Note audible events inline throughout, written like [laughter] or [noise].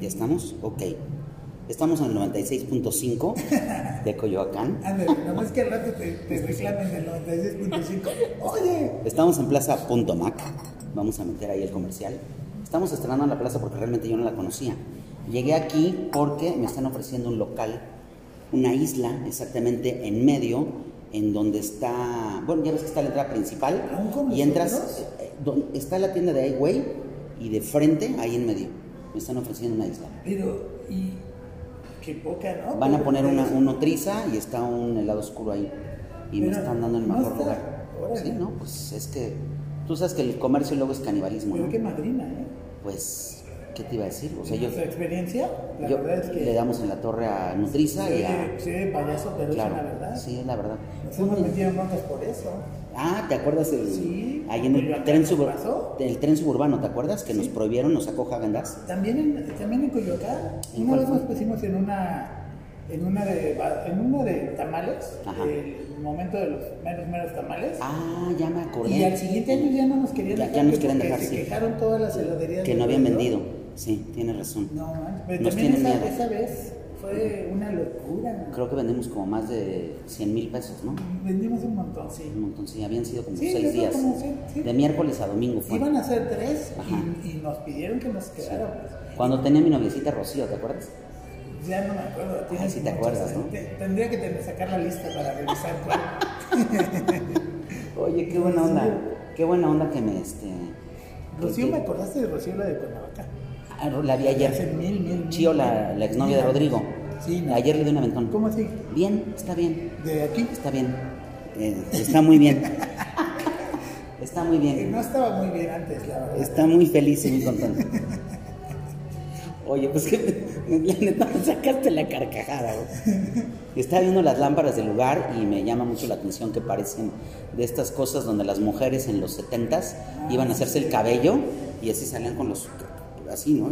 ¿Ya estamos? Ok. Estamos en el 96.5 de Coyoacán. Ándale, nomás que al rato te, te reclamen del 96.5. Oye, Estamos en Plaza Punto Mac. Vamos a meter ahí el comercial. Estamos estrenando en la plaza porque realmente yo no la conocía. Llegué aquí porque me están ofreciendo un local, una isla exactamente en medio, en donde está, bueno, ya ves que está la entrada ¿Aún principal con y entras, nosotros? eh, don- está la tienda de Highway y de frente, ahí en medio, me están ofreciendo una isla. pero, y. Qué poca, ¿no? pues, Van a poner una, una otriza y está un helado oscuro ahí. Y me Pero, están dando el no mejor está- lugar. órale. Sí, ¿no? Pues es que tú sabes que el comercio luego es canibalismo, Pero ¿no? qué madrina, ¿eh? Pues, ¿qué te iba a decir? O sea, yo, Nuestra experiencia, la yo- verdad es que. le damos en la torre a se Nutriza y oye- a... se oye payaso, pero es la verdad. Claro, sí, es la verdad. Nos hemos metido en broncas por eso. Ah, ¿te acuerdas el, Sí, ahí en el Coyoacán, tren, ¿qué subur- pasó? el tren suburbano, ¿te acuerdas? Que nos Sí. prohibieron, nos sacó Hagendaz. También en, también en Coyoacán, ¿En una cuál vez fue? nos pusimos en una en una de ba- en uno de tamales, Ajá. el momento de los meros meros tamales. Ah, ya me acordé. y al siguiente año ya no nos querían Ya- dejar, ya nos que querían porque dejar, se sí. quejaron todas las heladerías Que del no habían pueblo. vendido. Sí, tienes razón. No, manches, pero Nos también tienen esa, miedo. esa vez fue una locura. Creo que vendimos como más de 100 mil pesos, ¿no? Vendimos un montón, sí. Un montón, sí, habían sido como Sí, yo seis creo días. como seis, sí. De miércoles a domingo fue. Iban a ser tres y- Ajá. y, nos pidieron que nos quedáramos. Cuando tenía mi noviecita Rocío, ¿te acuerdas? Ya no me acuerdo. tienes sí te muchas- acuerdas, ¿no? te- tendría que tener- sacar la lista para revisar [laughs] cuál. Oye, qué buena onda. Qué buena onda que me este. que- Rocío, que- ¿me acordaste de Rocío la de Cuernavaca? Ah, La vi ayer. Hace mil, mil, mil, Chío, la, mil. la exnovia de Mil años. Rodrigo. Sí, no. Ayer le di un aventón. ¿Cómo así? Bien, está bien. ¿De aquí? Está bien. Eh, está muy [laughs] bien. está muy Eh, bien. No estaba muy bien antes, la verdad. Está muy feliz y muy contento. [laughs] Oye, pues [laughs] que la neta me sacaste la carcajada. güey. Estaba viendo las lámparas del lugar y me llama mucho la atención que parecen de estas cosas donde las mujeres en los 70s iban a hacerse el cabello y así salían con los. así, ¿no?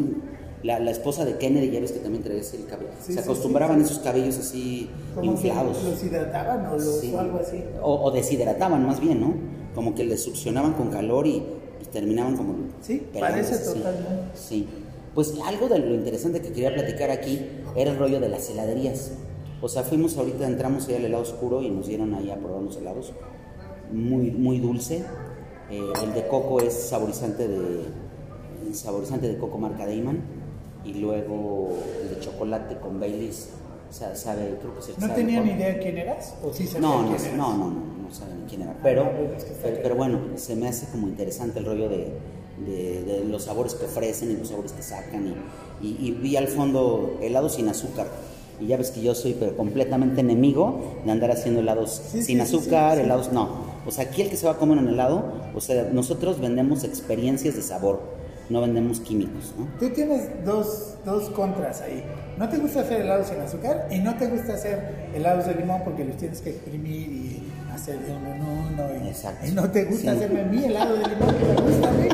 La, la esposa de Kennedy, ya ves que también traía así el cabello. Sí, Se sí, acostumbraban sí, sí. esos cabellos así Como que inflados. los hidrataban o, los, Sí. o algo así. O, o deshidrataban más bien, ¿no? Como que les succionaban con calor y, y terminaban como... Sí, pelándose, parece sí. totalmente. Sí. Pues algo de lo interesante que quería platicar aquí era el rollo de las heladerías. O sea, fuimos ahorita, entramos ahí al helado oscuro y nos dieron ahí a probar unos helados. Muy, muy dulce. Eh, el de coco es saborizante de saborizante de coco marca Dayman. Y luego el de chocolate con Baileys. sa- sabe, creo que es el que ¿No sabe tenían mejor. idea quién eras? ¿O sí sabían No, no, quién eras? no, no, no, no saben quién era. Pero, pues, es que está pero, claro. pero bueno, se me hace como interesante el rollo de, de- de los sabores que ofrecen y los sabores que sacan. Y, y- y vi al fondo helado sin azúcar. Y ya ves que yo soy pero completamente enemigo de andar haciendo helados Sí, sin sí, sí, azúcar, sí, sí. helados no. O sea, aquí el que se va a comer un helado, o sea, nosotros vendemos experiencias de sabor, no vendemos químicos, ¿no? Tú tienes dos, dos contras ahí. No te gusta hacer helados sin azúcar y no te gusta hacer helados de limón porque los tienes que exprimir y hacer de uno en uno. Y, Exacto. y no te gusta Sí. hacerme mi helado de limón que me gusta a mí.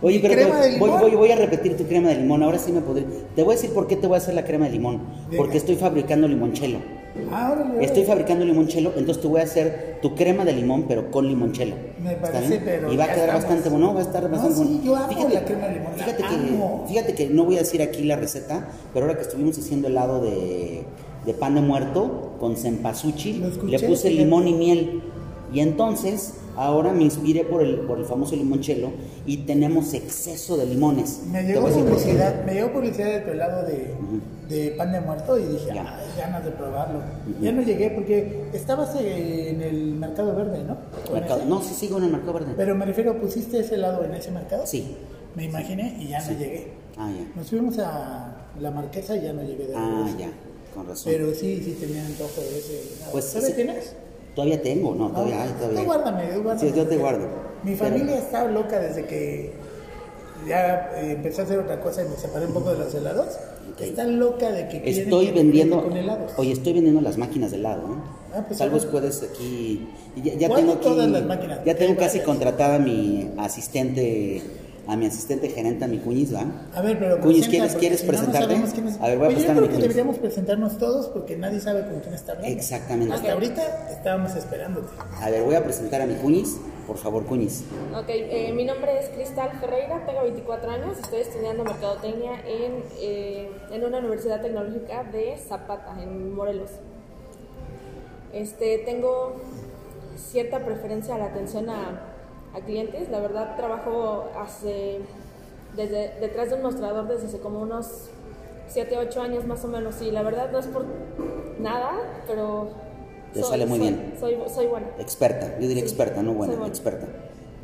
Oye, Mi pero crema voy, de voy, limón. voy- voy a repetir tu crema de limón. Ahora sí me podré. Te voy a decir por qué te voy a hacer la crema de limón. Venga. Porque estoy fabricando limonchelo. Ah, órale, órale. Estoy fabricando limonchelo, entonces te voy a hacer tu crema de limón, pero con limonchelo. Me ¿Está parece, bien? pero Y va a ya quedar estamos. bastante bueno, va a estar No, bastante sí, bueno. yo amo la crema de limón, la Fíjate amo. que, fíjate que no voy a decir aquí la receta, pero ahora que estuvimos haciendo helado de, de pan de muerto con Lo cempasúchil, escuché, le puse fíjate. limón y miel. Y entonces, ahora me inspiré por el, por el famoso limonchelo y tenemos exceso de limones. Me Te llegó voy a decir por qué. publicidad, me llegó publicidad de tu helado de, de pan de muerto y dije, Ya. ay, ganas de probarlo. Ujú. Ya no llegué porque estabas eh, en el Mercado Verde, ¿no? Con Mercado- ese. no, sí sigo en el mercado verde. Pero me refiero, ¿pusiste ese helado en ese mercado? Sí. Me imaginé y ya no llegué. Ah, ya. Nos fuimos a la Marquesa y ya no llegué de Ah, regreso. ya. Con razón. Pero sí, sí tenía antojo de ese helado. Pues, ¿Sabes ese- quién es? Todavía tengo, no, todavía, Ah, No, ay, todavía. Tú guárdame, tú guárdame. Sí, yo te guardo. Mi Pero- familia está loca desde que ya eh, empecé a hacer otra cosa y me separé un poco de los helados. Ok. Está loca de que quieren Estoy que vendiendo, con helados. oye, estoy vendiendo las máquinas de helado, ¿no? Ah, pues, Tal vez ahora- puedes aquí, y ya, ya ¿Cuál tengo de aquí, todas las máquinas? ya tengo Hay casi varias. contratada a mi asistente, a mi asistente gerente, a mi cuñiz, ¿va? A ver, pero Cuñiz, ¿quieres, presenta, porque quieres si no, no presentarte? sabemos quién es. A ver, voy a Oye, yo presentar a creo mi que cuñiz. deberíamos presentarnos todos porque nadie sabe con quién está hablando. Exactamente. Hasta ahorita estábamos esperándote. A ver, voy a presentar a mi cuñiz, Por favor, Cuñiz. Ok, eh, mi nombre es Cristal Ferreira, tengo 24 años, estoy estudiando mercadotecnia en, eh, en una universidad tecnológica de Zapata, en Morelos. Este, tengo cierta preferencia a la atención a, a clientes, la verdad trabajo hace, desde, detrás de un mostrador desde hace como unos 7, 8 años más o menos, y la verdad no es por nada, pero... Te sale muy bien. Eh, Soy, soy buena. Experta, yo diría Sí. experta, no buena, Soy buena. experta.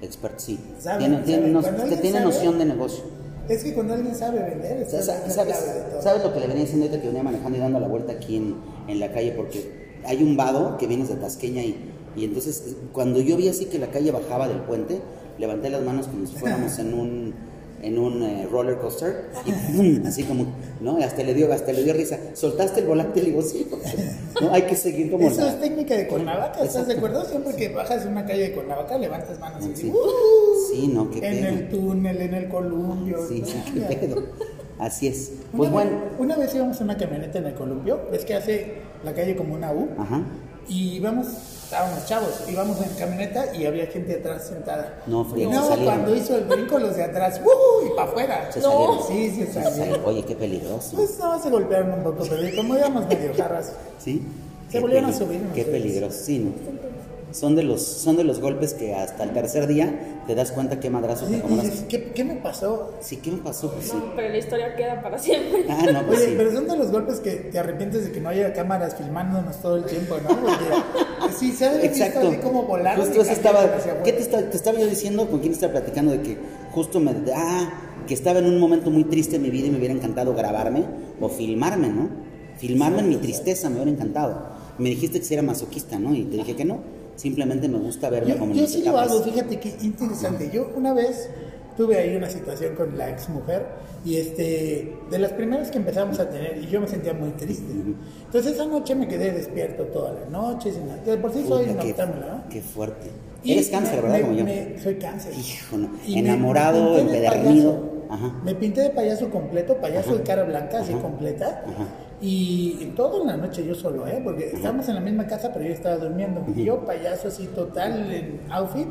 Experta, sí. Sabe, Tiene- tiene sabe, nos- cuando que alguien tiene sabe- noción de negocio. Es que cuando alguien sabe vender, O sea, es sa- la ¿Sabes, clave de todo. sabes lo que le venía diciendo ahorita que venía manejando y dando la vuelta aquí en, en la calle? Porque hay un vado que vienes de Tasqueña y, y entonces eh, cuando yo vi así que la calle bajaba del puente, levanté las manos como si fuéramos en un en un eh, roller coaster y [laughs] ¡pum! así como no Y hasta le dio hasta le dio risa soltaste el volante y le digo sí no hay que seguir como Eso la- es técnica de Cuernavaca, ¿estás Exacto. de acuerdo? Siempre que bajas de una calle de Cuernavaca, levantas manos y sí, dices, "Uh", sí no qué en el pedo túnel, en el columpio. sí sí ¿no? qué Ya. pedo así es Una pues vez- bueno Una vez íbamos en una camioneta en el columpio, ves que hace la calle como una U, ajá y íbamos, estábamos chavos, íbamos en camioneta y había gente atrás sentada. No, frío, No, se salieron. cuando hizo el brinco los de atrás, ¡uh! y para afuera. se No. salieron Sí, sí, Se salieron. salieron. oye qué peligroso Pues nada más se golpearon un poco, pero como íbamos medio jarras. ¿Sí? Se Qué volvieron a peli- subir, ¿no? Qué Sí. peligroso, sí, ¿no? Son de, los, son de los golpes que hasta el tercer día te das cuenta qué madrazo Y te dices, acomodaste. ¿qué, qué me pasó? Sí, ¿qué me pasó? Pues sí. No, pero la historia queda para siempre. Ah, no, pues Oye, sí. pero son de los golpes que te arrepientes de que no haya cámaras filmándonos todo el tiempo, ¿no? [laughs] Porque sí, se ha de haber visto Exacto. así como volaron. Justo y eso cayeron estaba. hacia ¿Qué afuera. te, está- te estaba yo diciendo? ¿Con quién estaba platicando? De que justo me. Ah, que estaba en un momento muy triste en mi vida y me hubiera encantado grabarme o filmarme, ¿no? Filmarme en mi tristeza me hubiera encantado. Me dijiste que si era masoquista, ¿no? Y te dije que no. Simplemente me gusta verme Yo, como yo mis sí lo etapas. hago, fíjate qué interesante. Yo una vez tuve ahí una situación con la ex mujer y este, de las primeras que empezamos a tener, y yo me sentía muy triste. Entonces esa noche me quedé despierto toda la noche, sin nada. De por sí soy Puta, qué, noctámbula, ¿no? qué fuerte. Y Eres cáncer, me- ¿verdad? me- Como yo. me- soy cáncer. Hijo, no. Y me- Enamorado, me pinté de empedernido. payaso. Ajá. Me pinté de payaso completo, payaso de cara blanca, así Ajá. completa. Ajá. Y toda la noche yo solo, ¿eh? Porque estábamos en la misma casa, pero yo estaba durmiendo. Y yo, payaso así total, en outfit.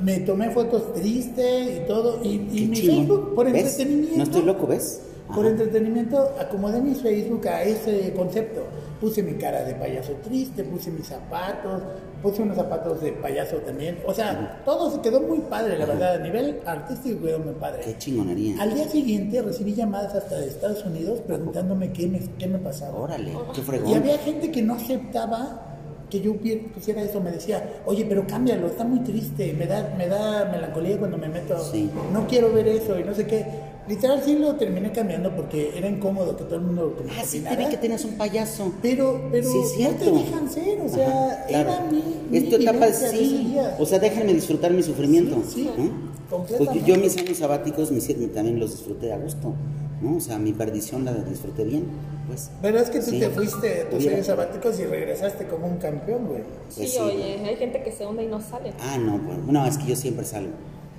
Me tomé fotos triste y todo. Y, y Qué mi chingón. Facebook, por ¿Ves? entretenimiento. No estoy loco, ¿ves? Por Ajá. entretenimiento acomodé mi Facebook a ese concepto. Puse mi cara de payaso triste, puse mis zapatos, puse unos zapatos de payaso también. O sea, todo se quedó muy padre, la verdad. A nivel artístico quedó muy Qué padre. chingonería. Al día siguiente recibí llamadas hasta de Estados Unidos preguntándome qué me, qué me pasaba. Órale, qué Y fregón. había gente que no aceptaba que yo hubiera- pusiera eso. Me decía, oye, pero cámbialo, está muy triste, me da, me da melancolía cuando me meto, Sí. no quiero ver eso y no sé qué. Literal sí lo terminé cambiando porque era incómodo que todo el mundo como Ah, sí, te vi opinara, que tenías un payaso. Pero, pero Sí, es no cierto. te dejan ser, o sea, Ajá, claro. era mi, mi es tu etapa, vivencia de ese sí. día. O sea, déjenme disfrutar mi sufrimiento. Sí, sí, ¿no? Pues completamente. yo mis años sabáticos mis, también los disfruté a gusto. ¿no? O sea, mi perdición la disfruté bien. Pues, pero es que tú sí. te fuiste a tus Hubiera- años sabáticos y regresaste como un campeón, güey. Sí, pues sí. oye, hay gente que se hunde y no sale. Ah, no, bueno, no, es que yo siempre salgo.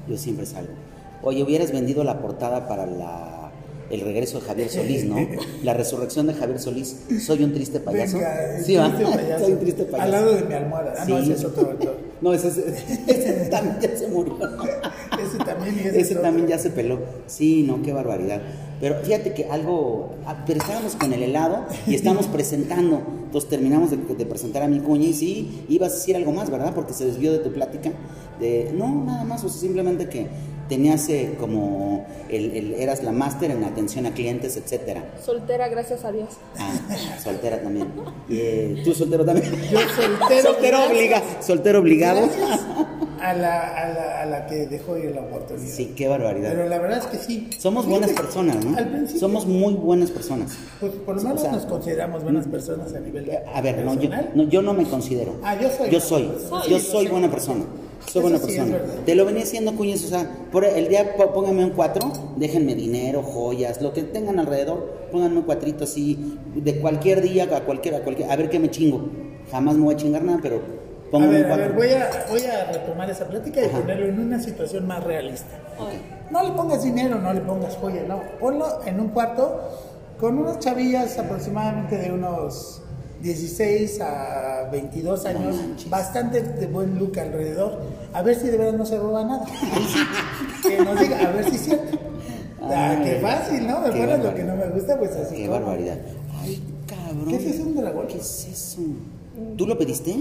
Yo siempre salgo. Oye, hubieras vendido la portada para la, el regreso de Javier Solís, [laughs] ¿no? La resurrección de Javier Solís. Soy un triste payaso. Venga, el sí, ¿va? triste payaso. [laughs] Soy un triste payaso. Al lado de mi almohada. Ah, no, Sí. ese es otro autor. No, ese, es- [laughs] ese también ya se murió. Ese también, y ese es Ese otro. también ya se peló. Sí, no, qué barbaridad. Pero fíjate que algo. ah, Pero estábamos con el helado y estamos presentando. Entonces terminamos de, de presentar a mi cuña y sí, ibas a decir algo más, ¿verdad? Porque se desvió de tu plática. De, no, nada más, o sea, simplemente que tenías eh, como. El, el- eras la máster en atención a clientes, etcétera. Soltera, gracias a Dios. Ah, soltera también. Y, eh, Tú soltero también. Yo soltero. soltero, gracias- obliga, soltero obligado. gracias A la, a, la, a la que dejó ir la oportunidad. Sí, qué barbaridad. Pero la verdad es que sí. Somos buenas personas, ¿no? Al principio. Somos muy buenas personas. Pues por lo o menos sea, eh, nos consideramos buenas personas a nivel. A ver, no yo, personal. no, yo no me considero. Ah, yo soy Yo buena soy. persona. Yo Sí, soy sí. buena persona. Soy Eso buena sí es persona. verdad. Te lo venía haciendo, cuñas. O sea, por el día po- pónganme un cuatro, déjenme dinero, joyas, lo que tengan alrededor, pónganme un cuatrito así, de cualquier día, a cualquier, a cualquier, a ver qué me chingo. Jamás me voy a chingar nada, pero A pónganme un ver, a cuatro. ver, voy a, voy a retomar esa plática y Ajá. ponerlo en una situación más realista. Oye, No le pongas dinero, no le pongas joya, no. Ponlo en un cuarto con unas chavillas aproximadamente de unos 16 a 22 años, manches. bastante de buen look alrededor, a ver si de verdad no se roba nada. [laughs] Ahí sí, que nos diga, a ver si es cierto. Ah, Ay, qué fácil, ¿no? Me qué fuera lo barbaridad. que no me gusta, pues así. Qué como. barbaridad. Ay, cabrón. ¿Qué es eso, un dragón? ¿Qué es eso? ¿Tú lo pediste?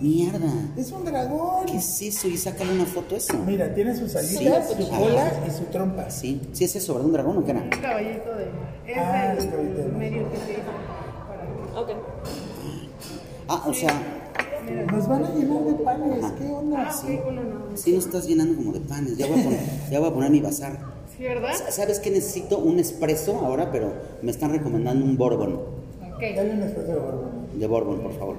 Mierda. Es un dragón. ¿Qué es eso? Y sácale una foto a eso. Mira, tiene sus alitas, Sí, su ajá. cola y su trompa. Sí, sí es eso, ¿verdad? ¿Un dragón o qué era? Un caballito de... Es Ah, el, el caballito de mar. medio que se hizo para que- Ok. Ah, o sea, Nos van a llenar de panes, ¿qué onda? Ah, ok, uno no. sí nos estás llenando como de panes. Ya voy a poner, ya voy a poner mi bazar. ¿Sí, verdad? Sa- ¿Sabes qué? Necesito un espresso ahora, pero me están recomendando un bourbon. Dale Ok. un esfuerzo de bourbon. De bourbon, por favor.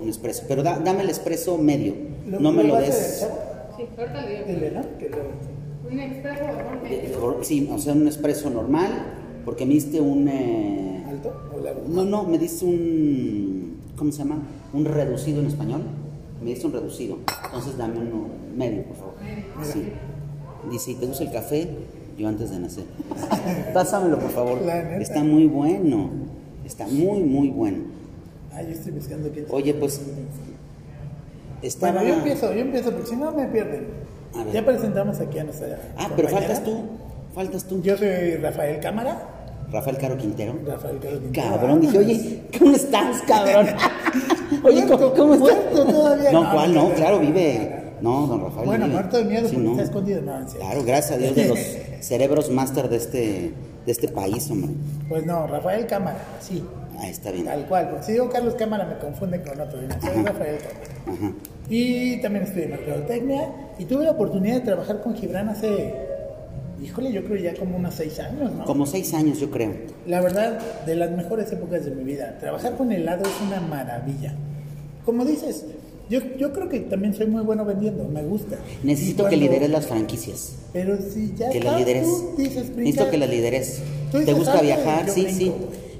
Un espresso. Pero da- dame el espresso medio. ¿Lo- No me lo vas a des. echar? Sí, ahorita le digo. Dile, ¿no? Que lo- Un experto, por Eh, medio. or- Sí, o sea, un espresso normal, porque me diste un... eh, ¿Alto o largo? No, no, me diste un... ¿Cómo se llama? Un reducido en español. Me diste un reducido. Entonces dame uno medio, por favor. Sí. Dice, ¿y te gusta el café? Yo antes de nacer. [laughs] Pásamelo, por favor. La neta. Está muy bueno. Está muy, muy bueno. Ah, yo estoy buscando quién Oye, pues... Estaba... Bueno, yo empiezo, yo empiezo, porque si no me pierden. A ver. Ya presentamos aquí a nuestra. Ah, pero compañera. faltas tú. Faltas tú. Yo soy Rafael Cámara. Rafael Caro Quintero. Rafael Carlos Quintero. Cabrón, dije, oye, ¿cómo estás, [laughs] cabrón? Oye, ¿cómo, Muerto, cómo estás? muerto todavía. No, No, ¿cuál? no, No, no. claro, vive. No, don Rafael. Bueno, vive. muerto de miedo Sí, porque no. está escondido. No, en serio. Claro, gracias a Dios de [laughs] los cerebros máster de este, de este país, hombre. Pues no, Rafael Cámara, sí, Ah, está bien. tal cual. Porque si digo Carlos Cámara me confunden con otro. ¿no? Soy Rafael Cámara. Ajá. Y también estudié mercadotecnia y tuve la oportunidad de trabajar con Gibran hace, híjole, yo creo ya como unos seis años, ¿no? Como seis años, yo creo. La verdad, de las mejores épocas de mi vida. Trabajar con helado es una maravilla. Como dices, yo, yo creo que también soy muy bueno vendiendo, me gusta. Necesito Y que cuando- lideres las franquicias. Pero si ya Que estás, las lideres. tú dices, Necesito brinca- que las lideres. ¿Te Tú dices, gusta "Hazlo", viajar? yo Sí, brinco. sí.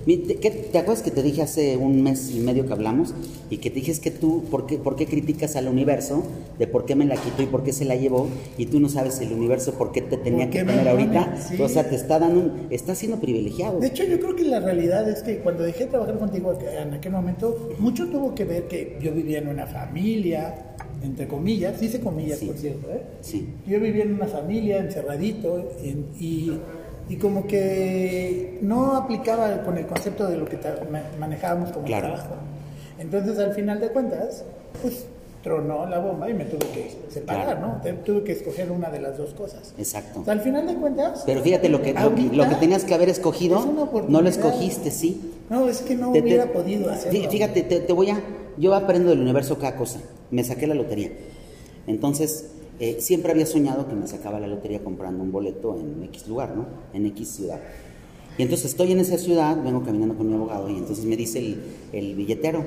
Mi- ¿Te, qué- te acuerdas que te dije hace un mes y medio que hablamos y que te dije es que tú, ¿por qué, ¿por qué criticas al universo de por qué me la quitó y por qué se la llevó? Y tú no sabes el universo por qué te tenía ¿Por que qué me poner pone? ahorita. Sí. O sea, te está dando un... Estás siendo privilegiado. De hecho, yo creo que la realidad es que cuando dejé de trabajar contigo en aquel momento, mucho tuvo que ver que yo vivía en una familia, entre comillas, hice comillas, Sí. por cierto, ¿eh? Sí. Yo vivía en una familia, encerradito, en- y, y como que no aplicaba con el concepto de lo que tra- ma- manejábamos como Claro. trabajo. Entonces, al final de cuentas, pues tronó la bomba y me tuve que separar, Claro. ¿no? Te- Tuve que escoger una de las dos cosas. Exacto. O sea, al final de cuentas... Pero fíjate, lo que, lo, que- lo ahorita que tenías que haber es una escogido, no lo oportunidad. escogiste, sí. No, es que no Te- te- hubiera podido hacerlo. Fí- Fíjate, te, te voy a. Yo aprendo del universo cada cosa. Me saqué la lotería. Entonces, eh, siempre había soñado que me sacaba la lotería comprando un boleto en X lugar, ¿no? En X ciudad. Y entonces estoy en esa ciudad, vengo caminando con mi abogado y entonces me dice el, el billetero,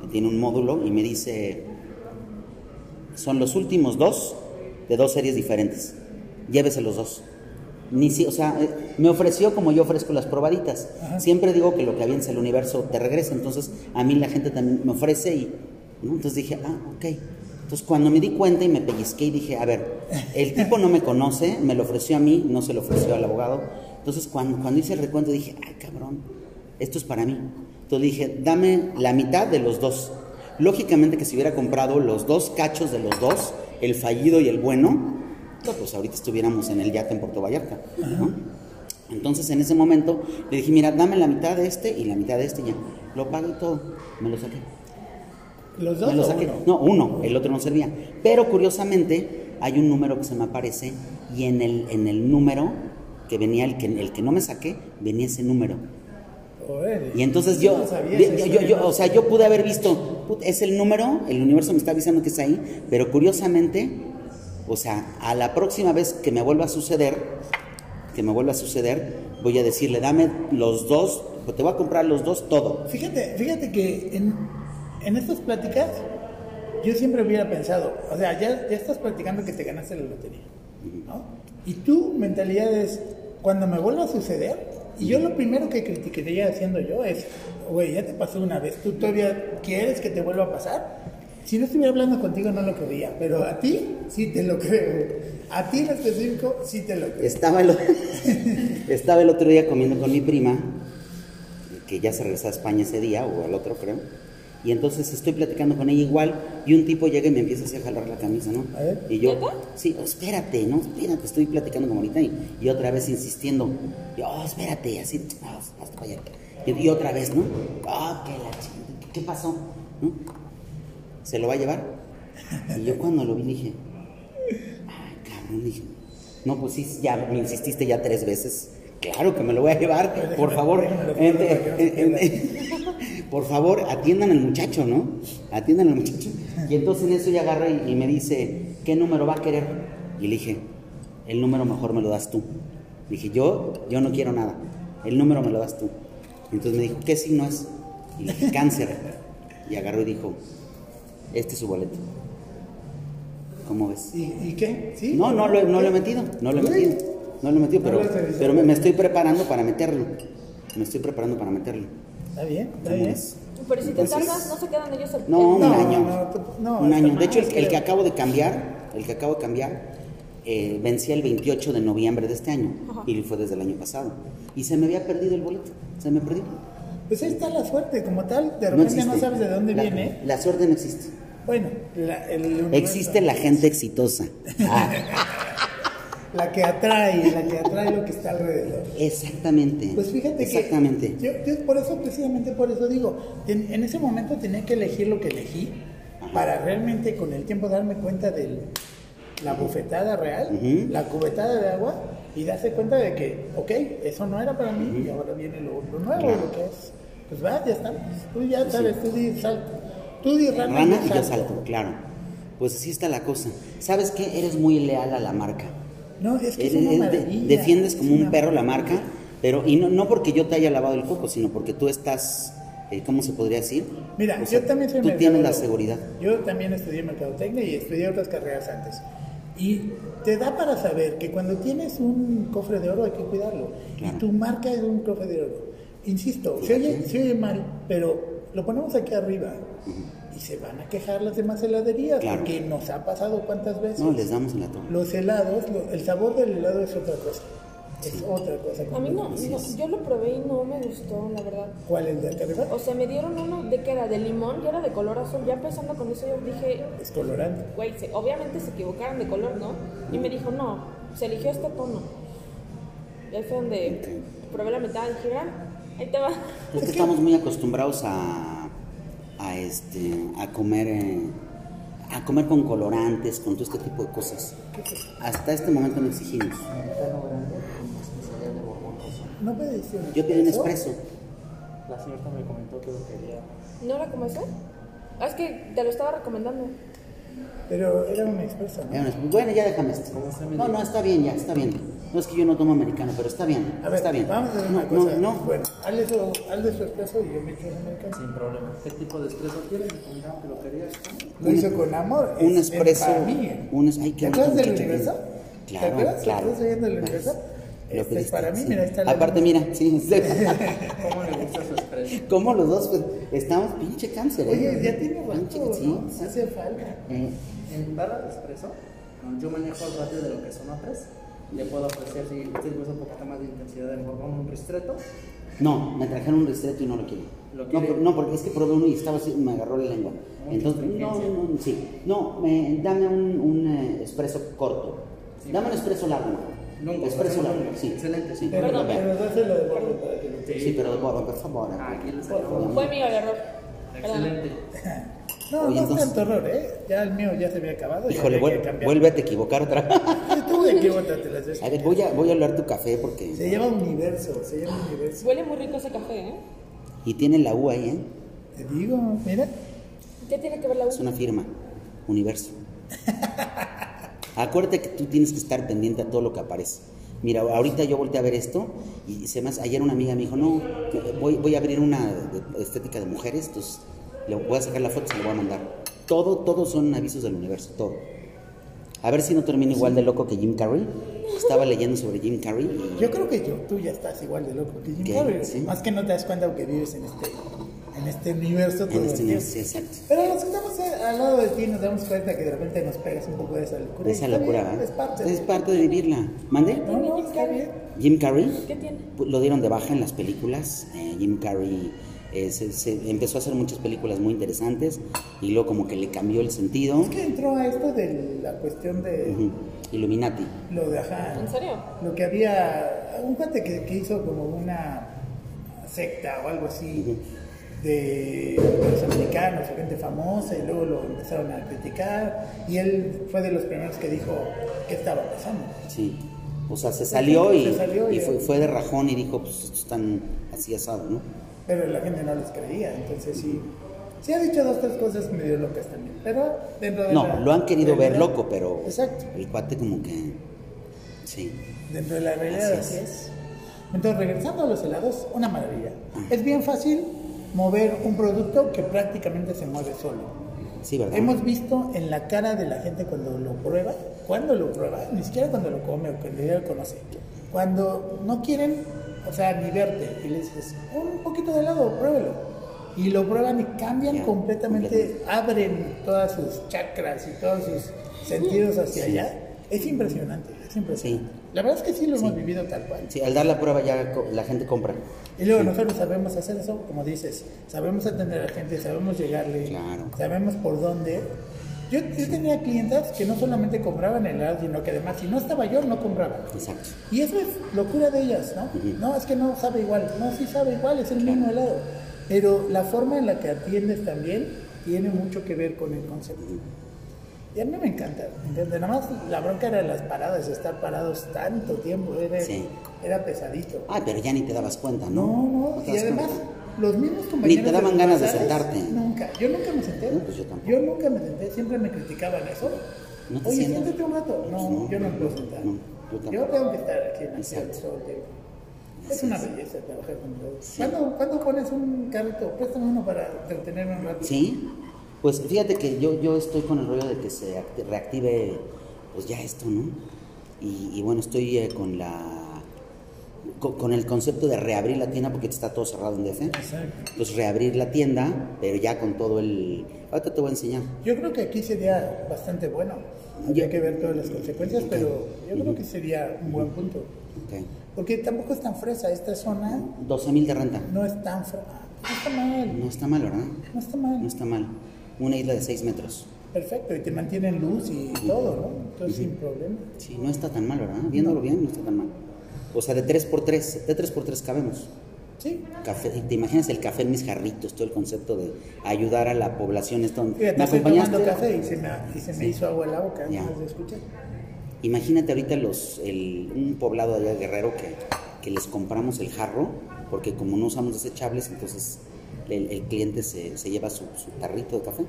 que tiene un módulo y me dice, son los últimos dos de dos series diferentes. Llévese los dos. Ni si, o sea, eh, me ofreció como yo ofrezco las probaditas. Ajá. Siempre digo que lo que avienza el universo te regresa, entonces a mí la gente también me ofrece y... ¿no? Entonces dije, ah, ok. Entonces cuando me di cuenta y me pellizqué y dije, a ver, el tipo no me conoce, me lo ofreció a mí, no se lo ofreció al abogado. Entonces cuando, cuando hice el recuento dije, ay cabrón, esto es para mí. Entonces dije, dame la mitad de los dos. Lógicamente que si hubiera comprado los dos cachos de los dos, el fallido y el bueno, no, pues ahorita estuviéramos en el yate en Puerto Vallarta. ¿no? Entonces en ese momento le dije, mira, dame la mitad de este y la mitad de este y ya. Lo pago y todo. Me lo saqué. ¿Los dos Me lo o saqué. uno? No, uno, el otro no servía. Pero curiosamente hay un número que se me aparece y en el, en el número que venía, el que, el que no me saqué, venía ese número. Órale. Y entonces no yo, sabía yo, esa yo- historia, yo- ¿no? o sea, yo pude haber visto, put, es el número, el universo me está avisando que es ahí, pero curiosamente, o sea, a la próxima vez que me vuelva a suceder, que me vuelva a suceder, voy a decirle, dame los dos, te voy a comprar los dos todo. Fíjate, fíjate que en, en estas pláticas yo siempre hubiera pensado, o sea, ya, ya estás platicando que te ganaste la lotería, ¿no? Y tu mentalidad es, cuando me vuelva a suceder, y yo lo primero que criticaría haciendo yo es, güey, ya te pasó una vez, ¿tú todavía quieres que te vuelva a pasar? Si no estuviera hablando contigo no lo creía, pero a ti sí te lo creo. A ti en específico sí te lo [laughs] creo. Estaba el, estaba el otro día comiendo con mi prima, que ya se regresó a España ese día o al otro, creo. Y entonces estoy platicando con ella igual y un tipo llega y me empieza así a jalar la camisa, ¿no? A ver. Y yo, ¿Neta? sí, oh, espérate, no, espérate, estoy platicando como ahorita y, y otra vez insistiendo. Yo, oh, espérate, así, "No, hasta para allá. Y, y otra vez, ¿no? Ah, qué la chingada, ¿qué pasó? ¿No? ¿Se lo va a llevar? Y yo cuando lo vi dije, ay, Ah, cabrón, dije, no, pues sí, ya me insististe ya tres veces. Claro que me lo voy a llevar, por favor. Ente- en- en- [laughs] por favor, atiendan al muchacho, ¿no? Atiendan al muchacho. Y entonces en eso ya agarra y, y me dice, ¿qué número va a querer? Y le dije, el número mejor me lo das tú. Dije, yo, yo no quiero nada. El número me lo das tú. Y entonces me dijo, ¿qué signo es? Y le dije, [laughs] cáncer. Y agarró y dijo, este es su boleto. ¿Cómo ves? ¿Y, y qué? ¿Sí? No, no lo, he- no lo he metido, no lo he Uy. metido, no lo he metido, No pero, lo has revisado. pero me, me estoy preparando para meterlo. Me estoy preparando para meterlo. Está bien, está ¿Cómo bien. ves? Pero si te Entonces- tardas, no se quedan ellos el Pues No, el- un No, año. no, tú- no, un está año. De mal, hecho, el, el que creo. acabo de cambiar, el que acabo de cambiar, eh, vencía el 28 de noviembre de este año Ajá. y fue desde el año pasado. Y se me había perdido el boleto, se me perdió. Pues ahí está la suerte, como tal, de repente no, existe. sabes de dónde La- viene. La suerte no existe. Bueno, la, el universo. Existe pues. la gente exitosa. Ah, La que atrae, la que atrae lo que está alrededor. exactamente. Pues fíjate Exactamente. que. Yo, yo por eso, precisamente por eso digo, en, en ese momento tenía que elegir lo que elegí Ajá. para realmente con el tiempo darme cuenta de la bufetada real, Ujú. la cubetada de agua y darse cuenta de que, ok, eso no era para mí y ahora viene lo, lo nuevo, Claro. lo que es. Pues va, ya estamos. Tú ya sabes, tú di salto. Tú di rana, Rana yo y yo salto. salto, claro. Pues así está la cosa. ¿Sabes qué? Eres muy leal a la marca. No, es que Eres- es, una eres de- maravilla. defiendes como Es un una- perro la marca, pero y no, no porque yo te haya lavado el coco, sino porque tú estás, eh, ¿cómo se podría decir? Mira, O sea, yo también soy Tú tienes la mercadólogo. seguridad. Yo también estudié mercadotecnia y estudié otras carreras antes. Y te da para saber que cuando tienes un cofre de oro hay que cuidarlo. Claro. Y tu marca es un cofre de oro. Insisto, se Fíjate. oye, se oye mal, pero lo ponemos aquí arriba. Y se van a quejar las demás heladerías, Claro. porque nos ha pasado cuántas veces. No, les damos en la torre. Los helados, lo- el sabor del helado es otra cosa. Es otra cosa. A mí no, completamente. no, yo lo probé y no me gustó, la verdad. ¿Cuál es el de acá arriba? O sea, me dieron uno de que era de limón y era de color azul. Ya pensando con eso, yo dije, Es colorante. güey, se- obviamente se equivocaron de color, ¿no? Y me dijo, no, se eligió este tono. Y ahí fue donde probé la mitad y dije, "Ah, ahí te va. [laughs] Es que estamos muy acostumbrados a, a, este, a comer eh, a comer con colorantes, con todo este tipo de cosas. Hasta este momento no exigimos. No me decían. Yo pedí un expreso. La señorita me comentó que lo quería. ¿No era como eso? Ah, es que te lo estaba recomendando. Pero era un expreso, ¿no? Ya no es- Bueno, ya déjame esto. No, no, está bien, ya, está bien. No es que yo no tomo americano, pero está bien. A ver, está bien. vamos a hacer no, una cosa. Pues, No, no. Bueno, hazle su, hazle su expreso y yo me echo un americano. Sin problema. ¿Qué tipo de expreso quiere? Me comentaron que lo quería. Lo hizo con amor. un es- es expreso. familia. Un, es- ay, qué ¿Te bonito acuerdas del muchacho que es. universo? Claro, ¿Te acuerdas? claro. ¿Estás oyendo el universo? Lo Este, pediste, para mí, sí. mira, ahí está la Aparte, luna. mira, sí. [laughs] [laughs] ¿Cómo le gusta su expreso? Como los dos pues, estamos pinche cáncer, ¿eh? Oye, ya tiene Pinche- rato, sí, ¿no? sí. Hace falta. Eh, En barra de expreso, yo manejo el ratio de lo que son a tres. Le puedo ofrecer, si usted gusta un poquito más de intensidad, de con un ristreto. No, me trajeron un ristretto y no lo quiero. ¿Lo no, quiere? por- no, porque es que probé uno y estaba así, me agarró la lengua. Mucha Entonces, no, exigencia. no, no, sí. No, me- dame un, un eh, espresso corto. Sí. Dame un espresso largo. Lungo, espresso hacemos largo, lungo. sí. Excelente. sí. Pero, A pero, ver. dáselo de bordo para que lo Sí, pero bueno, por favor. Ah, aquí le Por sacamos. Fue mío el error. Perdón. Excelente. No, Oye, no entonces- es tanto horror, ¿eh? Ya el mío ya se había acabado. ya Híjole, había que vuel- cambiar. vuelve a te equivocar otra vez. Sí, Tú de qué bota te las ves. A ver, voy a, voy a hablar tu café porque... Se llama universo, se llama universo. Huele muy rico ese café, ¿eh? Y tiene la U ahí, ¿eh? Te digo, mira. ¿Qué tiene que ver la Es uva? una firma. Universo. Acuérdate que tú tienes que estar pendiente a todo lo que aparece. Mira, ahorita yo volteé a ver esto y se me hace- ayer una amiga me dijo, no, que voy, voy a abrir una de- estética de mujeres, entonces le voy a sacar la foto y se la voy a mandar. Todo, todo son avisos del universo, todo. A ver si no termino igual de loco que Jim Carrey. Estaba leyendo sobre Jim Carrey y Yo creo que yo, tú ya estás igual de loco que Jim ¿Qué? Carrey. Sí. Más que no te das cuenta que vives en este, en este universo todo en el este tiempo. universo, exacto. Pero nos estamos a, al lado de ti nos damos cuenta que de repente nos pegas un poco de esa locura. De esa Está locura, bien, ¿verdad? Es parte. Es parte de vivirla. ¿Mande? No, no, está bien. Jim Carrey ¿Qué tiene? pues, lo dieron de baja en las películas. Eh, Jim Carrey eh, se- se empezó a hacer muchas películas muy interesantes y luego como que le cambió el sentido. Es que entró a esto de la cuestión de Ujú. Illuminati. lo de ajá. ¿En serio? Lo que había. Un cuate que, que hizo como una secta o algo así de los americanos o gente famosa y luego lo empezaron a criticar y él fue de los primeros que dijo que estaba pasando. Sí. O sea, se salió y, Se salió y- y fue, fue de rajón y dijo, pues esto están así asado, ¿no? Pero la gente no les creía, entonces sí. Sí ha dicho dos, tres cosas medio locas también, pero dentro de la No, lo han querido ver realidad- loco, pero Exacto. el cuate como que... Sí. Dentro de la realidad Así así es. es. Entonces, regresando a los helados, una maravilla. Es bien fácil mover un producto que prácticamente se mueve solo. Sí, ¿verdad? Hemos visto en la cara de la gente cuando lo prueba, cuando lo prueba, ni siquiera cuando lo come o cuando ya lo conoce, cuando no quieren, o sea, ni verte, y le dices, un poquito de helado, pruébelo. Y lo prueban y cambian Ya, completamente, abren todas sus chakras y todos sus sentidos hacia Sí. allá. Es impresionante, es impresionante. La verdad es que sí lo hemos vivido tal cual. Sí, al dar la prueba ya co- la gente compra. Y luego nosotros sabemos hacer eso, como dices, sabemos atender a la gente, sabemos llegarle, Claro. sabemos por dónde. Yo, yo tenía clientas que no solamente compraban el helado, sino que además, si no estaba yo, no compraban. Exacto. Y eso es locura de ellas, ¿no? Ujú. No, es que no sabe igual. No, sí sabe igual, es el mismo helado. Pero la forma en la que atiendes también tiene mucho que ver con el concepto. Y a mí me encanta, ¿entiendes? Nada más la bronca era las paradas, estar parados tanto tiempo, era, Sí. era pesadito. Ah, pero ya ni te dabas cuenta, ¿no? No, no, te y das además cuenta. los mismos Ni compañeros. te daban los ganas de bazares, sentarte. Nunca, yo nunca me senté. No, pues yo tampoco. nunca me senté, siempre me criticaban eso. No te Oye, sientas. siéntate un rato. No, Pues no, yo no me puedo no, sentar. no, yo tampoco. tengo que estar aquí en la ciudad Exacto. todo el tiempo. Es Así una es. belleza trabajar con todos. Sí. ¿Cuándo, ¿Cuándo pones un carrito? Préstame uno para entretenerme un rato. Sí, pues fíjate que yo, yo estoy con el rollo de que se acti- reactive, pues ya esto, ¿no? Y, y bueno, estoy eh, con la co- con, el concepto de reabrir la tienda porque está todo cerrado en DF. Exacto. Pues reabrir la tienda, pero ya con todo el... Ahorita te voy a enseñar. Yo creo que aquí sería bastante bueno. Habría Yo- que ver todas las consecuencias, pero yo creo que sería un buen punto. Ok. Porque tampoco es tan fresa esta zona. 12 mil de renta. No es tan fra- ah, No está mal. No está mal, ¿verdad? No está No mal. está mal. Una isla de 6 metros. Perfecto. Y te mantienen luz y todo, ¿no? Entonces sin problema. Sí, no está tan mal, ¿verdad? Viéndolo bien, no está tan mal. O sea, de 3x3, de 3x3 cabemos. Sí. Café, ¿Te imaginas el café en mis jarritos? Todo el concepto de ayudar a la población. Esto, Fíjate, ¿Me estoy acompañaste? tomando café y se me, y se me Sí. hizo agua en la boca. Ya. antes de escuchar. Imagínate ahorita los, el- un poblado allá de Guerrero que, que les compramos el jarro, porque como no usamos desechables, entonces el, el cliente se, se lleva su, su tarrito de café,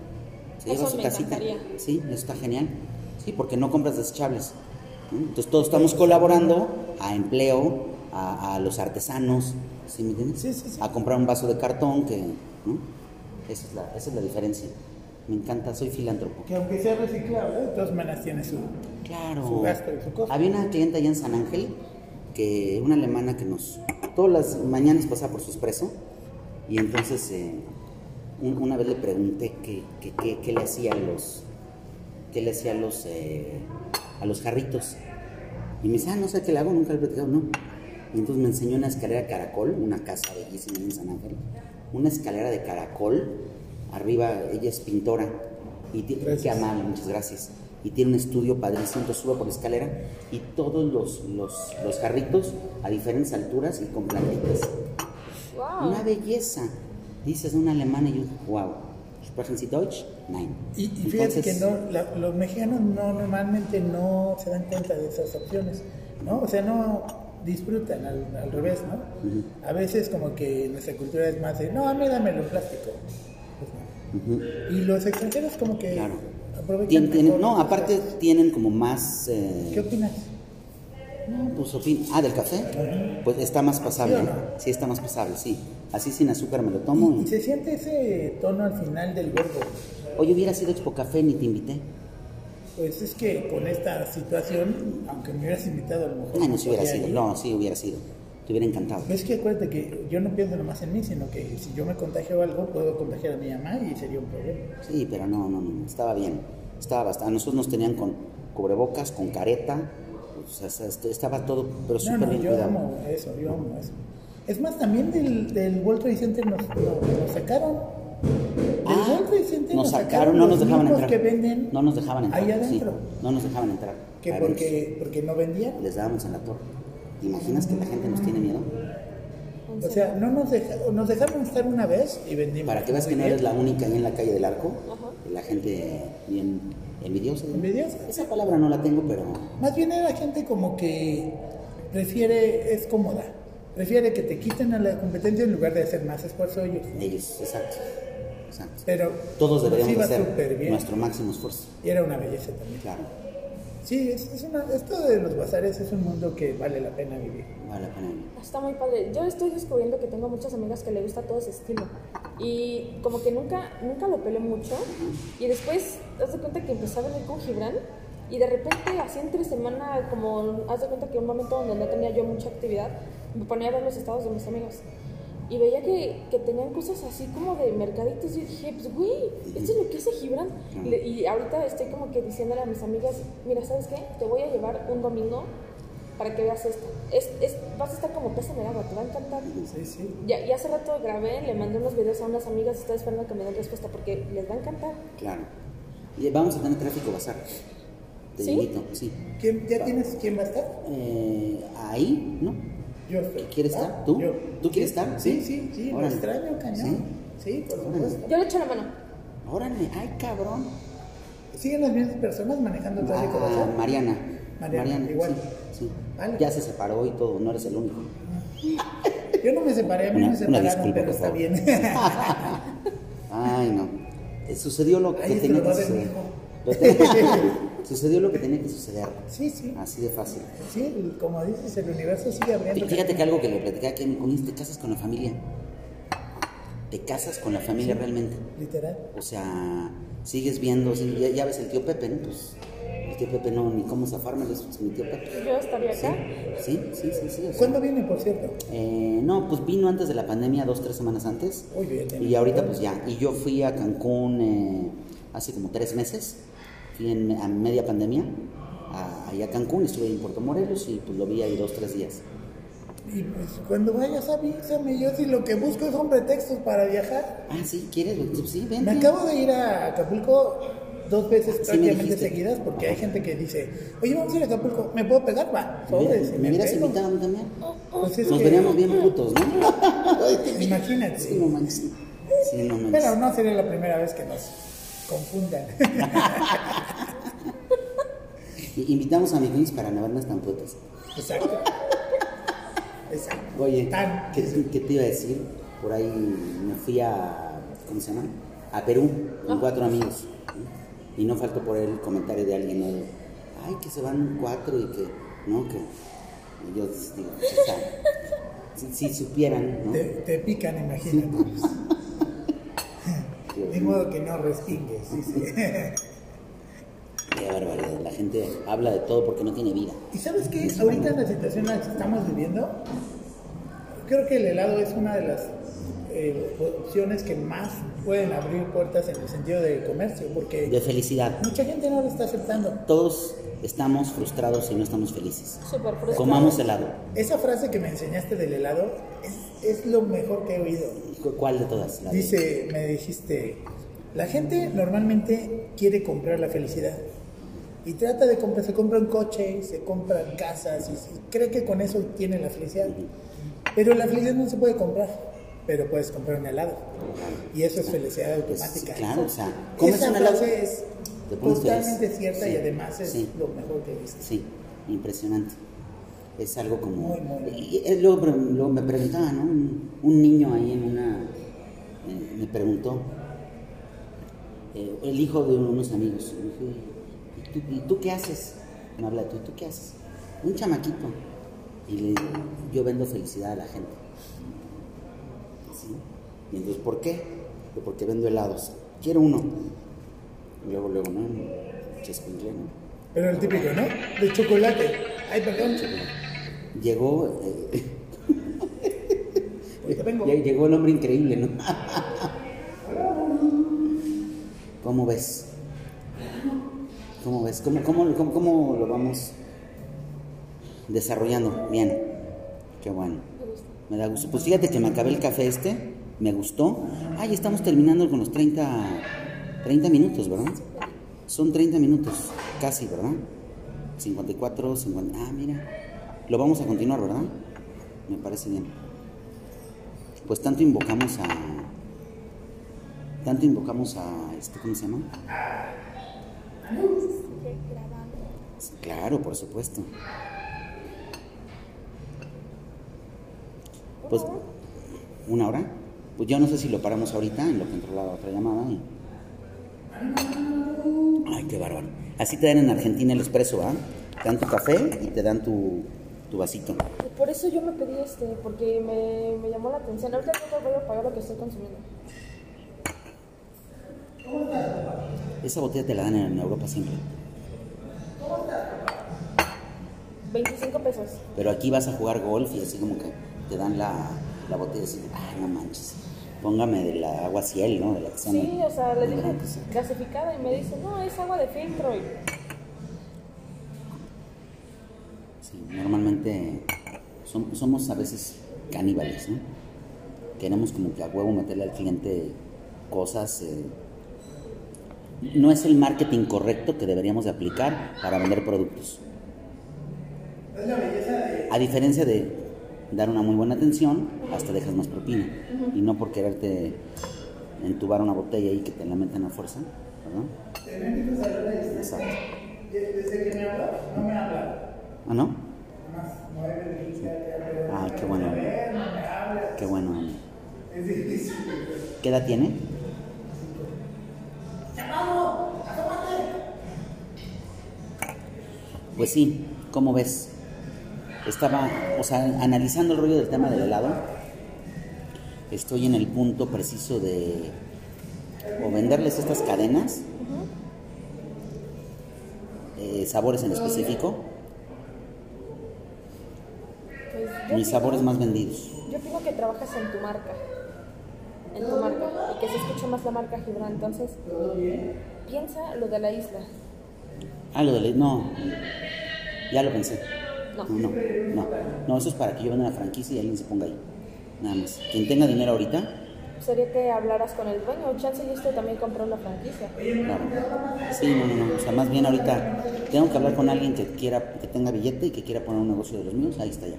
se Eso lleva su me tacita. encantaría. Sí, eso está genial. Sí, porque no compras desechables. ¿no? Entonces todos estamos colaborando a empleo, a, a los artesanos, ¿sí me entiendes? Sí, sí, sí. A comprar un vaso de cartón que, ¿no? Esa es la, esa es la diferencia. Me encanta, soy filántropo. Que aunque sea reciclable, de todas maneras tiene su. Claro. Su gasto y su costo. Había una clienta allá en San Ángel, que una alemana que nos... Todas las mañanas pasaba por su expreso y entonces eh, un- una vez le pregunté qué, qué, qué- qué le hacía a los... qué le hacía a los... eh, a los jarritos. Y me dice, ah, no sé qué le hago, nunca le he platicado, no. Y entonces me enseñó una escalera de caracol, una casa bellísima ahí en San Ángel. Una escalera de caracol, arriba ella es pintora. Y ti- qué Gracias. amable, muchas gracias. Y tiene un estudio padrísimo, entonces sube por la escalera y todos los, los, los jarritos a diferentes alturas y con plantitas. ¡Wow! Una belleza. Dices una alemana y un wow. Sprechen Sie Deutsch? Nein. Y, y fíjate Entonces, que no, la- los mexicanos no, normalmente no se dan cuenta de esas opciones, ¿no? O sea, no disfrutan, al, al revés, ¿no? A veces como que nuestra cultura es más de, no, a mí dámelo en plástico. Pues no. ujú. Y los extranjeros como que Claro. aprovechan Tien- mejor tienen- no, las aparte cosas. tienen como más... eh, ¿Qué opinas? No, pues opin- Ah, del café. Ajá. Pues está más pasable. ¿Sí o ¿eh? no? Sí, está más pasable, sí. Así sin azúcar me lo tomo. Y, y y- se siente ese tono al final del gordo. Oye, hubiera sido Expo Café ni te invité. Pues es que con esta situación, aunque me hubieras invitado a lo mejor... Ay, Ah, no, si hubiera podría sido. ir. No, sí hubiera sido. Te hubiera encantado. Es que acuérdate que yo no pienso nomás en mí, sino que si yo me contagio algo, puedo contagiar a mi mamá y sería un problema. Sí, pero no, no, no, estaba bien. Estaba bastante. A nosotros nos tenían con cubrebocas, con careta. O sea, o sea, est- estaba todo, pero No, súper no, bien yo cuidado. amo eso, yo amo eso. Es más, también del, del World Trade Center nos, nos- nos sacaron. Del Ah, World Trade Center nos sacaron, no los nos dejaban mismos entrar. que venden no nos dejaban entrar. ahí sí, adentro. no nos dejaban entrar. Que A eventos. porque, porque no vendían. Les dábamos en la torre. ¿Te imaginas que la gente nos tiene miedo? O sea, no nos, deja- nos dejaron estar una vez y vendimos. Para que veas que no eres la única ahí en la calle del arco. La gente bien envidiosa. ¿Envidiosa? Esa palabra no la tengo, pero Más bien era gente como que prefiere, es cómoda. Prefiere que te quiten a la competencia en lugar de hacer más esfuerzo ellos. ellos, exacto. exacto. Pero Todos nos deberíamos iba súper hacer bien. nuestro máximo esfuerzo. Y era una belleza también. Claro, Sí, es, es una- esto de los bazares es un mundo que vale la pena vivir. vale la pena. Está muy padre. Yo estoy descubriendo que tengo muchas amigas que le gusta todo ese estilo. Y como que nunca, nunca lo peleé mucho. Y después, haz de cuenta que empecé a venir con Gibran. Y de repente, así entre semana, como haz de cuenta que un momento donde no tenía yo mucha actividad, me ponía a ver los estados de mis amigos. Y veía que, que tenían cosas así como de mercaditos. Y dije, pues, güey, esto es lo que hace Gibran. Y le- Y ahorita estoy como que diciéndole a mis amigas, mira, ¿sabes qué? Te voy a llevar un domingo para que veas esto. Es, es- vas a estar como pez en el agua, te va a encantar. Sí, sí. Ya, y hace rato grabé, le mandé unos videos a unas amigas, estoy esperando que me den respuesta porque les va a encantar. Claro. Y vamos a tener tráfico bazar. Te ¿Sí? invito, sí. ¿Quién, ¿Ya tienes quién va a estar? Eh, ahí, ¿no? Yo estoy. ¿Quieres Ah, estar? ¿Tú? yo. ¿Tú quieres estar? Sí, sí, sí. Lo Órale. extraño, cañón. Sí, por Órale. supuesto. Yo le echo la mano. Órale, ay cabrón. Siguen las mismas personas manejando el tráfico. Ah, ¿verdad? Mariana. Mariana, igual. sí, sí. Vale. Ya se separó y todo, no eres el único. Yo no me separé, a mí Una- no me una disculpa, separaron, pero por está favor. bien. [laughs] [laughs] Ay, no. Eh, Sucedió lo que Ay, este tenía lo va que a ver mi suceder. hijo. Lo [laughs] tenía- Sucedió lo que tenía que suceder. sí, sí. Así de fácil. Sí, el- como dices, el universo sigue abriendo. Fíjate que algo que le platicaba que con te casas con la familia. Te casas con la familia realmente. Literal. O sea, sigues viendo, sí, ya, ya ves el tío Pepe, ¿no? Pues el tío Pepe no, ni cómo zafármelo, es mi tío Pepe. Yo estaría Sí, acá. sí, sí, sí. sí, o sea, ¿Cuándo viene, por cierto? eh, no, pues vino antes de la pandemia, dos, tres semanas antes. Uy, bien, eh. bien. Y ahorita pues ya. Y yo fui a Cancún eh, hace como tres meses, fui en, a media pandemia, a, ahí a Cancún, estuve en Puerto Morelos y pues lo vi ahí dos, tres días. Y pues cuando vayas avísame, yo si lo que busco son pretextos para viajar. Ah, sí, ¿quieres? Pues, sí, ven. Me acabo de ir a Acapulco dos veces Sí, me prácticamente dijiste. seguidas porque hay gente que dice, oye, vamos a ir a Acapulco, ¿me puedo pegar? Va, Me sobres, hubieras- y me hubieras pego. invitado a mí también. Pues es Nos que- veríamos bien putos, [laughs] ¿no? Imagínate. Sí, no manches. Sí, no manches. Pero no sería la primera vez que nos confundan. Y- Invitamos a mis para no vernos tan putos. [laughs] Exacto. Exacto. Oye, Tan. ¿qué, te- qué te iba a decir? Por ahí me fui a, ¿cómo se llama? A Perú con cuatro amigos. ¿sí? Y no faltó por ahí el comentario de alguien, ¿no? De, Ay, que se van cuatro y que, ¿no? Que y yo pues, digo, pues, o sea, si, si supieran, ¿no? Te, te pican, imagínate. Digo, De modo que no respingues, dice. Qué barbaridad, la gente habla de todo porque no tiene vida. [laughs] ¿Y sabes qué? Ahorita en la situación en la que estamos viviendo, creo que el helado es una de las eh, opciones que más pueden abrir puertas en el sentido de comercio, porque De felicidad. mucha gente no lo está aceptando. Todos estamos frustrados y no estamos felices. Súper frustrado. Comamos helado. Esa frase que me enseñaste del helado es, es lo mejor que he oído. ¿Cu- ¿Cuál de todas? La de- Dice, me dijiste, la gente normalmente quiere comprar la felicidad y trata de comprar, se compra un coche, y se compran casas y, y cree que con eso tiene la felicidad. Pero la felicidad no se puede comprar, pero puedes comprar un helado y eso es felicidad Pues, automática. claro, o sea, comes Esa un helado. frase es Te pones totalmente feliz. cierta Sí, y además es sí. lo mejor que he visto. Sí, impresionante. Es algo como... Muy, muy. Y- y luego, pre- luego me preguntaba, ¿no? Un, un niño ahí en una... eh, me preguntó, eh, el hijo de unos amigos, me dijo, ¿y tú, y tú qué haces? Me habla, ¿tú, tú qué haces? Un chamaquito. Y le digo, yo vendo felicidad a la gente. ¿Sí? Y entonces, ¿por qué? Digo, Porque vendo helados. Quiero uno. Luego, luego, ¿no? Chescuincle, ¿no? Pero el típico, ¿no? De chocolate. Ay, perdón. Llegó eh, Ahorita Pues vengo. Ya Llegó el hombre increíble, ¿no? ¿Cómo ves? ¿Cómo ves? ¿Cómo, cómo, cómo, cómo lo vamos desarrollando? Bien. Qué bueno. Me da gusto. Pues fíjate que me acabé el café este. Me gustó. Ah, ya estamos terminando con los 30, 30 minutos, ¿verdad? Son 30 minutos, casi, ¿verdad? 54, 50. Ah, mira. Lo vamos a continuar, ¿verdad? Me parece bien pues tanto invocamos a tanto invocamos a este cómo se llama claro por supuesto pues una hora pues yo no sé si lo paramos ahorita en lo que entró la otra llamada y- ay qué bárbaro así te dan en Argentina el expreso ¿verdad? te dan tu café y te dan tu tu vasito Y por eso yo me pedí este, porque me, me llamó la atención. Ahorita no te voy a pagar lo que estoy consumiendo. esa botella te la dan en Europa siempre 25 pesos. Pero aquí vas a jugar golf y así como que te dan la, la botella y así, ah, no manches, póngame de la agua ciel, ¿no? De la que se llama. Sí, o sea, le dije Ajá, pues sí. gasificada y me dice, no, es agua de filtro. Y Sí, normalmente som- somos a veces caníbales, ¿no? Queremos como que a huevo meterle al cliente cosas. eh. No es el marketing correcto que deberíamos de aplicar para vender productos. A diferencia de dar una muy buena atención, hasta dejas más propina. Y no por quererte entubar una botella y que te la metan a fuerza, ¿verdad? Exacto. ¿Ah, no? Ah, qué bueno. Qué bueno. hombre. ¿Qué edad tiene? Pues sí, ¿cómo ves? Estaba, o sea, analizando el rollo del tema del helado, estoy en el punto preciso de o venderles estas cadenas, eh, sabores en específico, pues, yo mis opino- sabores más vendidos. Yo opino que trabajas en tu marca. En tu marca. Y que se escuche más la marca Gibran. Entonces, piensa lo de la isla. Ah, lo de la- No, ya lo pensé. No. No, no, no. No, eso es para que yo venda la franquicia y alguien se ponga ahí. Nada más. Quien tenga dinero ahorita, Sería que hablaras con el dueño. Chance y usted también compró la franquicia. claro. Sí, no, no, no. O sea, más bien ahorita tengo que hablar con alguien que quiera, que tenga billete y que quiera poner un negocio de los míos. Ahí está ya.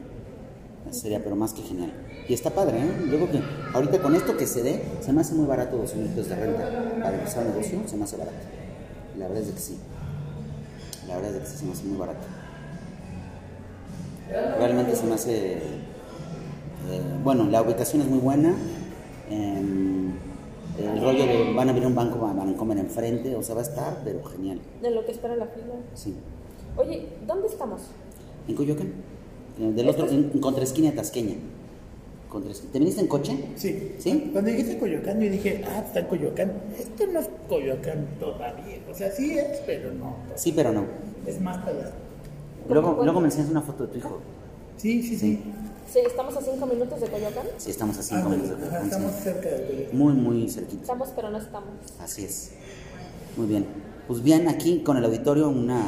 Eso sería, pero más que genial. Y está padre, ¿eh? Yo creo que ahorita con esto que se dé, se me hace muy barato dos mil pesos de renta para empezar un negocio. Se me hace barato. La verdad es de que sí. La verdad es de que sí se me hace muy barato. Realmente se me hace. eh, bueno, la ubicación es muy buena. em, el rollo de van a abrir un banco, van van a comer enfrente, o sea, va a estar, pero genial. De lo que espera la fila. Sí. Oye, ¿dónde estamos? ¿En Coyoacán? Eh, Del otro, en, en contraesquina de Tasqueña. Contraesquina. ¿Te viniste en coche? Sí. ¿Sí? Cuando dijiste Coyoacán, yo dije, ah, está en Coyoacán. Esto no es Coyoacán todavía. O sea, sí es, pero no. Sí, pero no. Es más allá. Luego, luego me enseñas una foto de tu hijo. Sí, sí, sí. Sí, estamos a 5 minutos de Coyoacán. Sí, estamos a cinco Ándale, minutos de Ah, ajá, Estamos cerca de Coyoacán. Muy, muy cerquita. Estamos, pero no estamos. Así es. Muy bien. Pues bien, aquí con el auditorio una...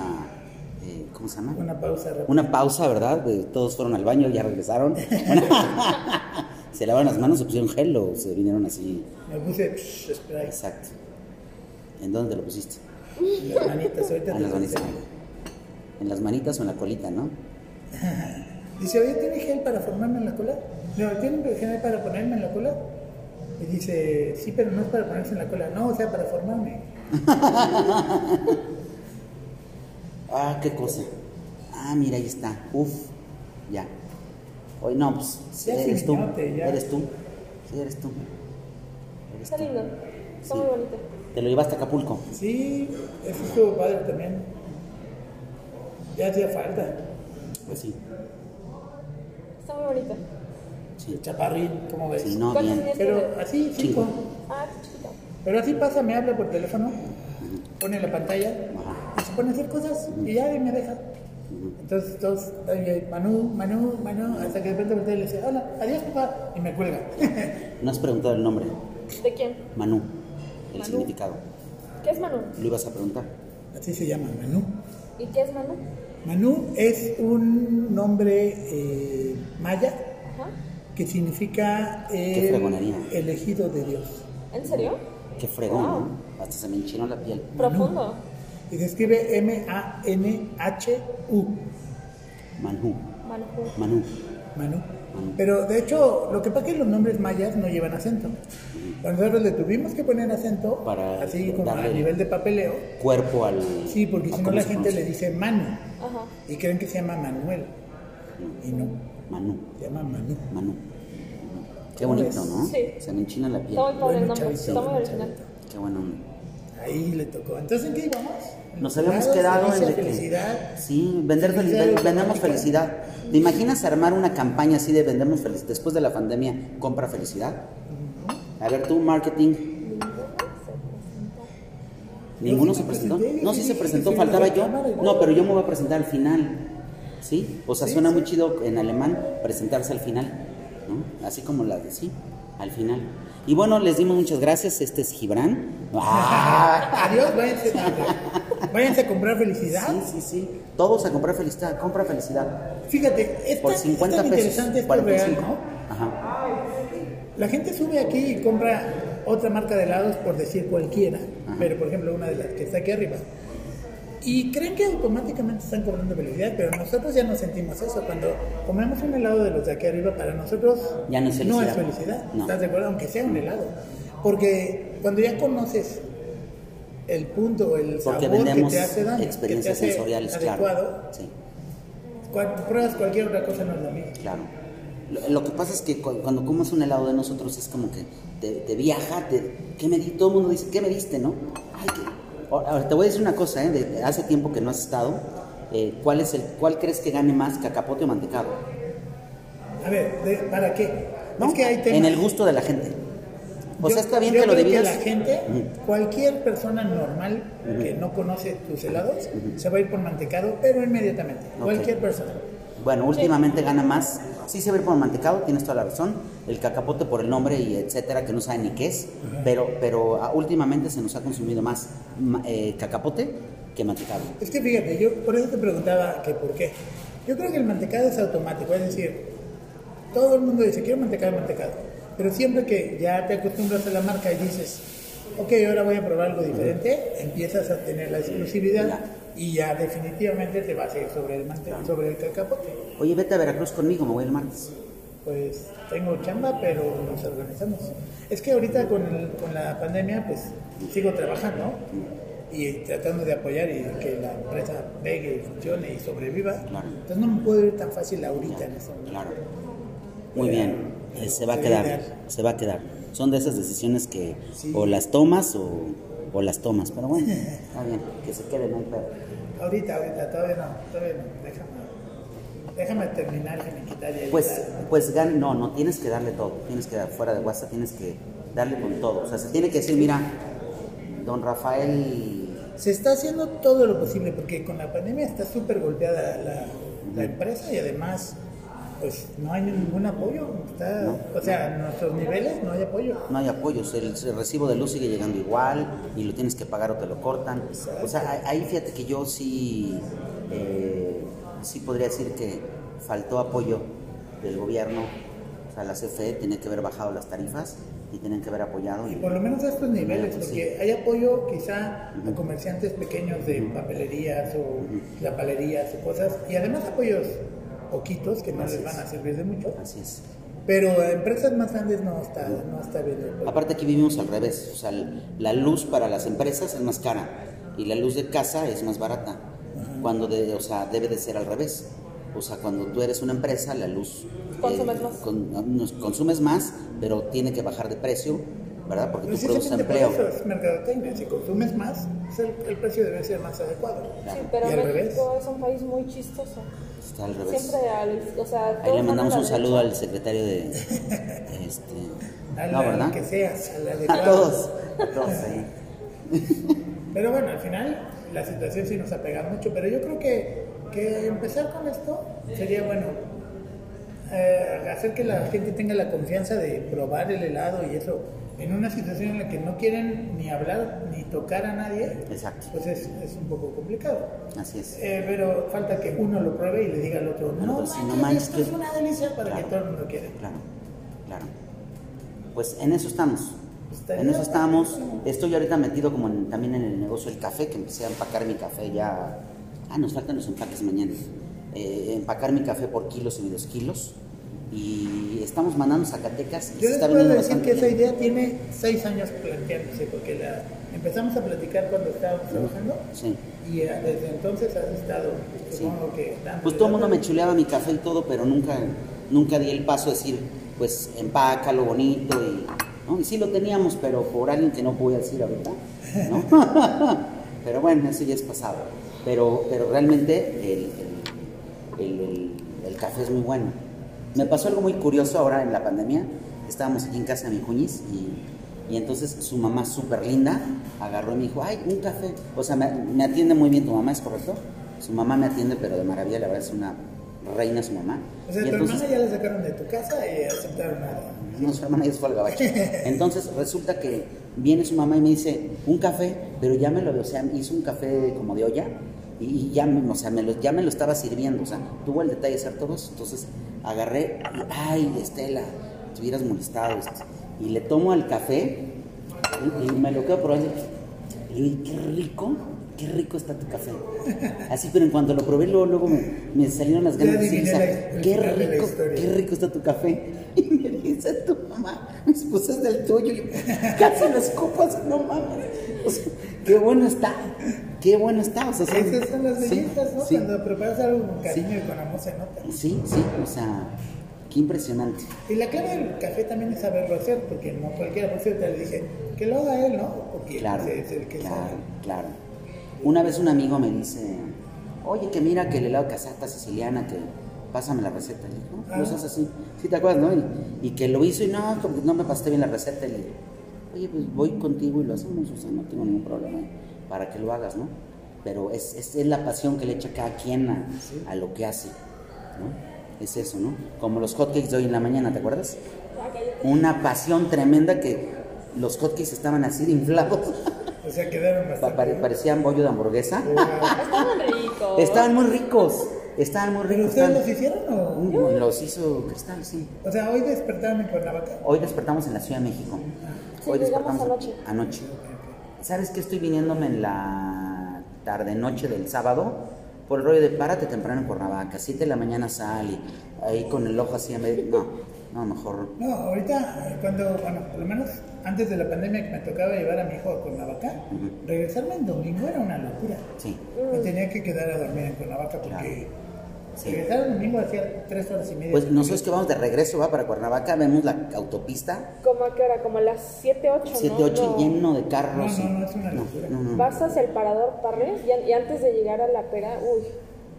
eh, ¿Cómo se llama? Una pausa rápida. Una pausa, ¿verdad? De- todos fueron al baño, ya regresaron. [laughs] se lavaron las manos, se pusieron gel o se vinieron así. Me puse, psh, espera, ahí, Exacto. ¿En dónde te lo pusiste? las manitas. Ahorita Ah, te en las lo manitas. enseño. En las manitas o en la colita, ¿no? Dice, oye, ¿tiene gel para formarme en la cola? No, ¿tiene gel para ponerme en la cola? Y dice, sí, pero no es para ponerse en la cola. No, o sea, para formarme. Ah, qué cosa. Ah, mira, ahí está. Uf, ya. Hoy no, pues, sí, Ya eres sin tú. miote, ya. Eres tú. Sí, eres tú. Eres Está tú. lindo. Está Sí. muy bonito. Te lo llevaste a Acapulco. Sí, eso estuvo padre también. Ya hacía falta. Pues sí. Está muy bonito. Sí, El chaparrín, como ves. Sí, no, ¿Cuántos bien. días Pero tiene? así, cinco. Ah, qué chiquita. Pero así pasa, me habla por teléfono, pone la pantalla, Ajá. y se pone a hacer cosas y ya y me deja. Entonces todos, oye, Manu, Manu, Manu, hasta que de repente voltea y le dice, hola, adiós papá, y me cuelga. [laughs] No has preguntado el nombre, ¿De quién? Manu, el Manu. significado. ¿Qué es Manu? Lo ibas a preguntar. Así se llama Manu. ¿Y qué es Manu? Manu es un nombre eh, maya Ajá. que significa Qué fregonería. el elegido de Dios. ¿En serio? Qué fregón, Wow. ¿no? Hasta se me enchinó la piel. Profundo. Y se escribe M-A-N-H-U, Manu, Manu. Manu. Manu. Pero de hecho, lo que pasa es que los nombres mayas no llevan acento. Nosotros le tuvimos que poner acento, Para así como a darle- nivel de papeleo. Cuerpo al. Sí, porque a si no cómo la se gente le pronuncia. dice Manu Ajá. y creen que se llama Manuel. Y no, Manu, se llama Manu. Manu. Qué ¿Cómo bonito, ves? ¿no? Sí. Se me enchina la piel. Está muy padre Bueno, el nombre. chavito, Está muy bueno, original. Qué bueno. Ahí le tocó. Entonces, ¿en qué íbamos? Nos habíamos quedado en la de que- felicidad. Sí, vender Felicidad, felicidad, vendemos automática. felicidad. ¿Te imaginas armar una campaña así de vendemos felicidad después de la pandemia, compra felicidad? A ver tú, marketing. Ninguno Yo sí se me presentó. presenté, yo No, sí sí se dije, presentó, sí, faltaba la yo. cámara y No, todo. pero yo me voy a presentar al final. ¿Sí? O sea, Sí, suena sí. muy chido en alemán presentarse al final, ¿no? Así como la de sí, al final. Y bueno, les dimos muchas gracias. Este es Gibran. ¡Ah! Adiós, [laughs] váyanse, váyanse a comprar felicidad. Sí, sí, sí. Todos a comprar felicidad, compra felicidad. Fíjate, es Por tan- es 50 tan pesos. interesante este esto 45. real, ¿no? Ajá. La gente sube aquí y compra otra marca de helados por decir cualquiera, pero por ejemplo una de las que está aquí arriba. Y creen que automáticamente están cobrando velocidad, pero nosotros ya no sentimos eso. Cuando comemos un helado de los de aquí arriba, para nosotros Ya no es es felicidad. felicidad. No. ¿Estás de acuerdo? Aunque sea un helado. Porque cuando ya conoces el punto, el Porque sabor que vendemos te hace daño, experiencias que te hace sensoriales, adecuado, claro. Sí, cuando pruebas cualquier otra cosa no es lo mismo. claro. Lo, lo que pasa es que cu- cuando comes un helado de nosotros es como que te, te viaja, te, ¿qué me di? Todo el mundo dice, ¿qué me diste, no? Ay, que... Ahora ahora, te voy a decir una cosa, ¿eh? De- de hace tiempo que no has estado. eh, ¿cuál, es el, ¿Cuál crees que gane más, cacapote o mantecado? A ver, de- ¿para qué? ¿No? Es que hay temas. en el gusto de la gente. O Yo- sea, está bien yo que lo creo dividas. la gente, Ujú. cualquier persona normal que no conoce tus helados, se va a ir por mantecado, pero inmediatamente. Ok. Cualquier persona. Bueno, últimamente gana más. Sí se ve por mantecado, tienes toda la razón. El cacapote por el nombre y etcétera, que no sabe ni qué es. Pero, pero ah, últimamente se nos ha consumido más ma- eh, cacapote que mantecado. Es que fíjate, yo por eso te preguntaba que por qué. Yo creo que el mantecado es automático, es decir, todo el mundo dice, quiero mantecado, mantecado. Pero siempre que ya te acostumbras a la marca y dices, ok, ahora voy a probar algo diferente, empiezas a tener la exclusividad y ya definitivamente te vas a ir sobre el, mante sobre el cacapote. Oye, vete a Veracruz conmigo, me voy el martes. Pues tengo chamba, pero nos organizamos. Es que ahorita con, el- con la pandemia, pues sigo trabajando y tratando de apoyar y que la empresa pegue y funcione y sobreviva. Claro. Entonces no me puedo ir tan fácil ahorita en eso. Claro. Muy bien. Eh, se va a quedar. Se va a quedar. Son de esas decisiones que o las tomas o, o las tomas. Pero bueno, está bien. Que se quede, no hay pedo. Ahorita, ahorita, todavía no, todavía no. Déjame, déjame terminar y quitar ya. Pues, pues gan- no, no tienes que darle todo, tienes que dar fuera de WhatsApp, tienes que darle con todo. O sea, se tiene que decir, mira, don Rafael, Se está haciendo todo lo posible porque con la pandemia está súper golpeada la, la empresa y además pues no hay ningún apoyo. Está, No. o sea, en nuestros niveles no hay apoyo. no hay apoyos, el, el recibo de luz sigue llegando igual y lo tienes que pagar o te lo cortan. O sea, ahí- ahí fíjate que yo sí, eh, sí podría decir que faltó apoyo del gobierno. O sea, la CFE tenía que haber bajado las tarifas y tenían que haber apoyado. Y y- por lo menos a estos niveles, Sí. porque hay apoyo quizá a comerciantes pequeños de papelerías o lapalerías o cosas, y además apoyos poquitos que no Así les van es. a servir de mucho, Así es. pero a empresas más grandes no está, no está bien. el apoyo. Aparte aquí vivimos al revés, o sea, l- la luz para las empresas es más cara y la luz de casa es más barata. Cuando, de, o sea, debe de ser al revés. O sea, cuando tú eres una empresa, la luz... eh, Consumes más. con- ah, no, nos- consumes más, pero tiene que bajar de precio, ¿verdad? Porque tú produces Pues, Precisamente por empleo. eso es mercadotecnia, si consumes más, pues, el, el precio debe ser más adecuado. Sí, ¿Y pero al revés? México es un país muy chistoso. Está al revés. Siempre al. O sea, Ahí todos le van a mandamos la un saludo derecha. al secretario [laughs] de... Este, A no, la ¿verdad? que seas, a la de [laughs] A todos. [laughs] A todos, sí. Pero bueno, al final la situación sí nos ha pegado mucho, pero yo creo que, que empezar con esto sería bueno eh, hacer que la gente tenga la confianza de probar el helado y eso en una situación en la que no quieren ni hablar ni tocar a nadie Exacto. pues es, es un poco complicado Así es. Eh, pero falta que uno lo pruebe y le diga al otro Al no otro, sí, manches, no manches, esto que- es una delicia para Claro. que todo el mundo quiera Claro, claro. Pues en eso estamos. Estaría En eso estamos. buenísimo. Estoy ahorita metido como en- también en el negocio del café, que empecé a empacar mi café ya. Ah, nos faltan los empaques mañana. Eh, empacar mi café por kilos y medio kilos. Y estamos mandando Zacatecas. Y Yo se les está puedo vendiendo decir que bastante esa bien. idea tiene seis años planteándose, porque la empezamos a platicar cuando estábamos trabajando Sí. y eh, desde entonces has estado, Sí. supongo que... dando- Pues todo el mundo me chuleaba mi café y todo, pero nunca, nunca di el paso a decir, pues empácalo bonito y. ¿no? Y sí lo teníamos, pero por alguien que no podía decir ahorita, ¿no? pero bueno, eso ya es pasado. Pero, pero realmente el, el- el- el- el café es muy bueno. Me pasó algo muy curioso ahora en la pandemia. Estábamos aquí en casa de mi cuñiz y, y entonces su mamá súper linda agarró y me dijo, ay, un café. O sea, me, me atiende muy bien tu mamá, ¿es correcto? Su mamá me atiende, pero de maravilla, la verdad es una reina su mamá. O sea, Y tu entonces- hermana ya la sacaron de tu casa y aceptaron nada. no, su hermana ya se fue al gabacho. Entonces resulta que viene su mamá y me dice, un café, pero ya me lo, o sea, hizo un café como de olla y, y ya, me- o sea, me lo, ya me lo estaba sirviendo, o sea, tuvo el detalle de hacer todos, entonces agarré, y, ay, Estela, te hubieras molestado, este". y le tomo al café y, y me lo quedo probando. Y le digo, qué rico, qué rico está tu café. Así, pero en cuanto lo probé, luego, luego me, me salieron las Ya ganas de decir, adiviné o sea, la- el qué final de la rico, historia. qué rico está tu café. [laughs] Y me dice tu mamá, mi esposa es del tuyo. Y yo, casi las copas, no mames. O sea, qué bueno está, qué bueno está. O sea, son- Esas son las sí, bellezas, ¿no? Sí, Cuando preparas algo con cariño Sí. y con amor se nota. sí, sí, o sea, qué impresionante. Y la clave del café también es saberlo hacer, porque no cualquiera, por cierto, le dije, que lo haga él, ¿no? Porque Claro, ese es el que claro, sabe. claro. Una vez un amigo me dice, oye, que mira que el helado de casata siciliana, que pásame la receta. Y yo, no, Ah. lo haces así. Sí, te acuerdas, ¿no? Y, y que lo hizo y no, como que no me pasaste bien la receta. Y le digo, oye, pues voy contigo y lo hacemos, o sea, no tengo ningún problema para que lo hagas, ¿no? Pero es, es, es la pasión que le echa cada quien a, a lo que hace, ¿no? Es eso, ¿no? Como los hotcakes de hoy en la mañana, ¿te acuerdas? Ya, cállate. Una pasión tremenda que los hotcakes estaban así de inflados. O sea, quedaron Pa- bastante. pare- parecían bollo de hamburguesa. Estaban [laughs] ricos. Estaban muy ricos, estaban muy ¿Pero ricos. ustedes estaban- los hicieron o...? Mm, Los hizo Cristal, sí. O sea, hoy despertaron en Cuernavaca. Hoy despertamos en la Ciudad de México. Sí, Hoy llegamos despertamos anoche. anoche. ¿Sabes qué? Estoy viniéndome en la tarde-noche del sábado por el rollo de párate temprano en Cuernavaca, 7 de la mañana sal y ahí con el ojo así a medio... No, no, mejor... No, ahorita, eh, cuando, bueno, por lo menos antes de la pandemia que me tocaba llevar a mi hijo a Cuernavaca, Ujú. regresarme el domingo era una locura. Sí, Mm. Me tenía que quedar a dormir en Cuernavaca porque sí. regresar el domingo hacía tres horas y media. Pues nosotros que vamos de regreso, va para Cuernavaca, vemos la autopista, ¿Cómo a qué hora? Como a las 7, 8, 7, ¿no? 8 No. lleno de carros. No, no, y- no, es una locura. no, no. Vas hacia el parador Parres y, an- y antes de llegar a la pera, uy,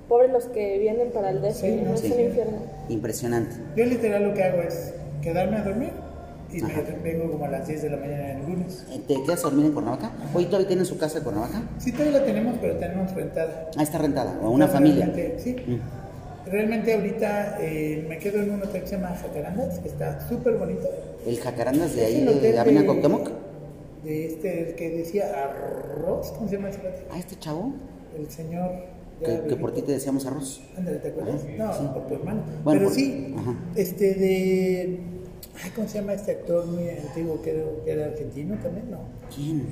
pobres los que vienen para el DF, Sí, ¿no? no, es sí. un infierno. Impresionante. Yo literal lo que hago es quedarme a dormir y me Ajá. vengo como a las 10 de la mañana en el lunes. Eh, ¿Te quedas a dormir en Cuernavaca? Hoy todavía tienen su casa en Cuernavaca. Sí, todavía la tenemos, pero tenemos rentada. Ah, está rentada. O una Entonces, familia. realmente, Sí. Mm, Realmente ahorita eh, me quedo en un hotel que se llama Jacarandas, que está súper bonito. El jacarandas de Es ahí, el de, hotel de Avenida Cuauhtémoc. De este, el que decía arroz, ¿cómo se llama ese cuate? Ah, este chavo. El señor... ya Que, que por ti bebito. te decíamos arroz. Ándale, ¿te acuerdas? Ajá, No, sí. por tu hermano. Bueno, Pero por- sí, ajá. este de... Ay, ¿cómo se llama este actor muy antiguo que era, que era argentino también? No. ¿Quién?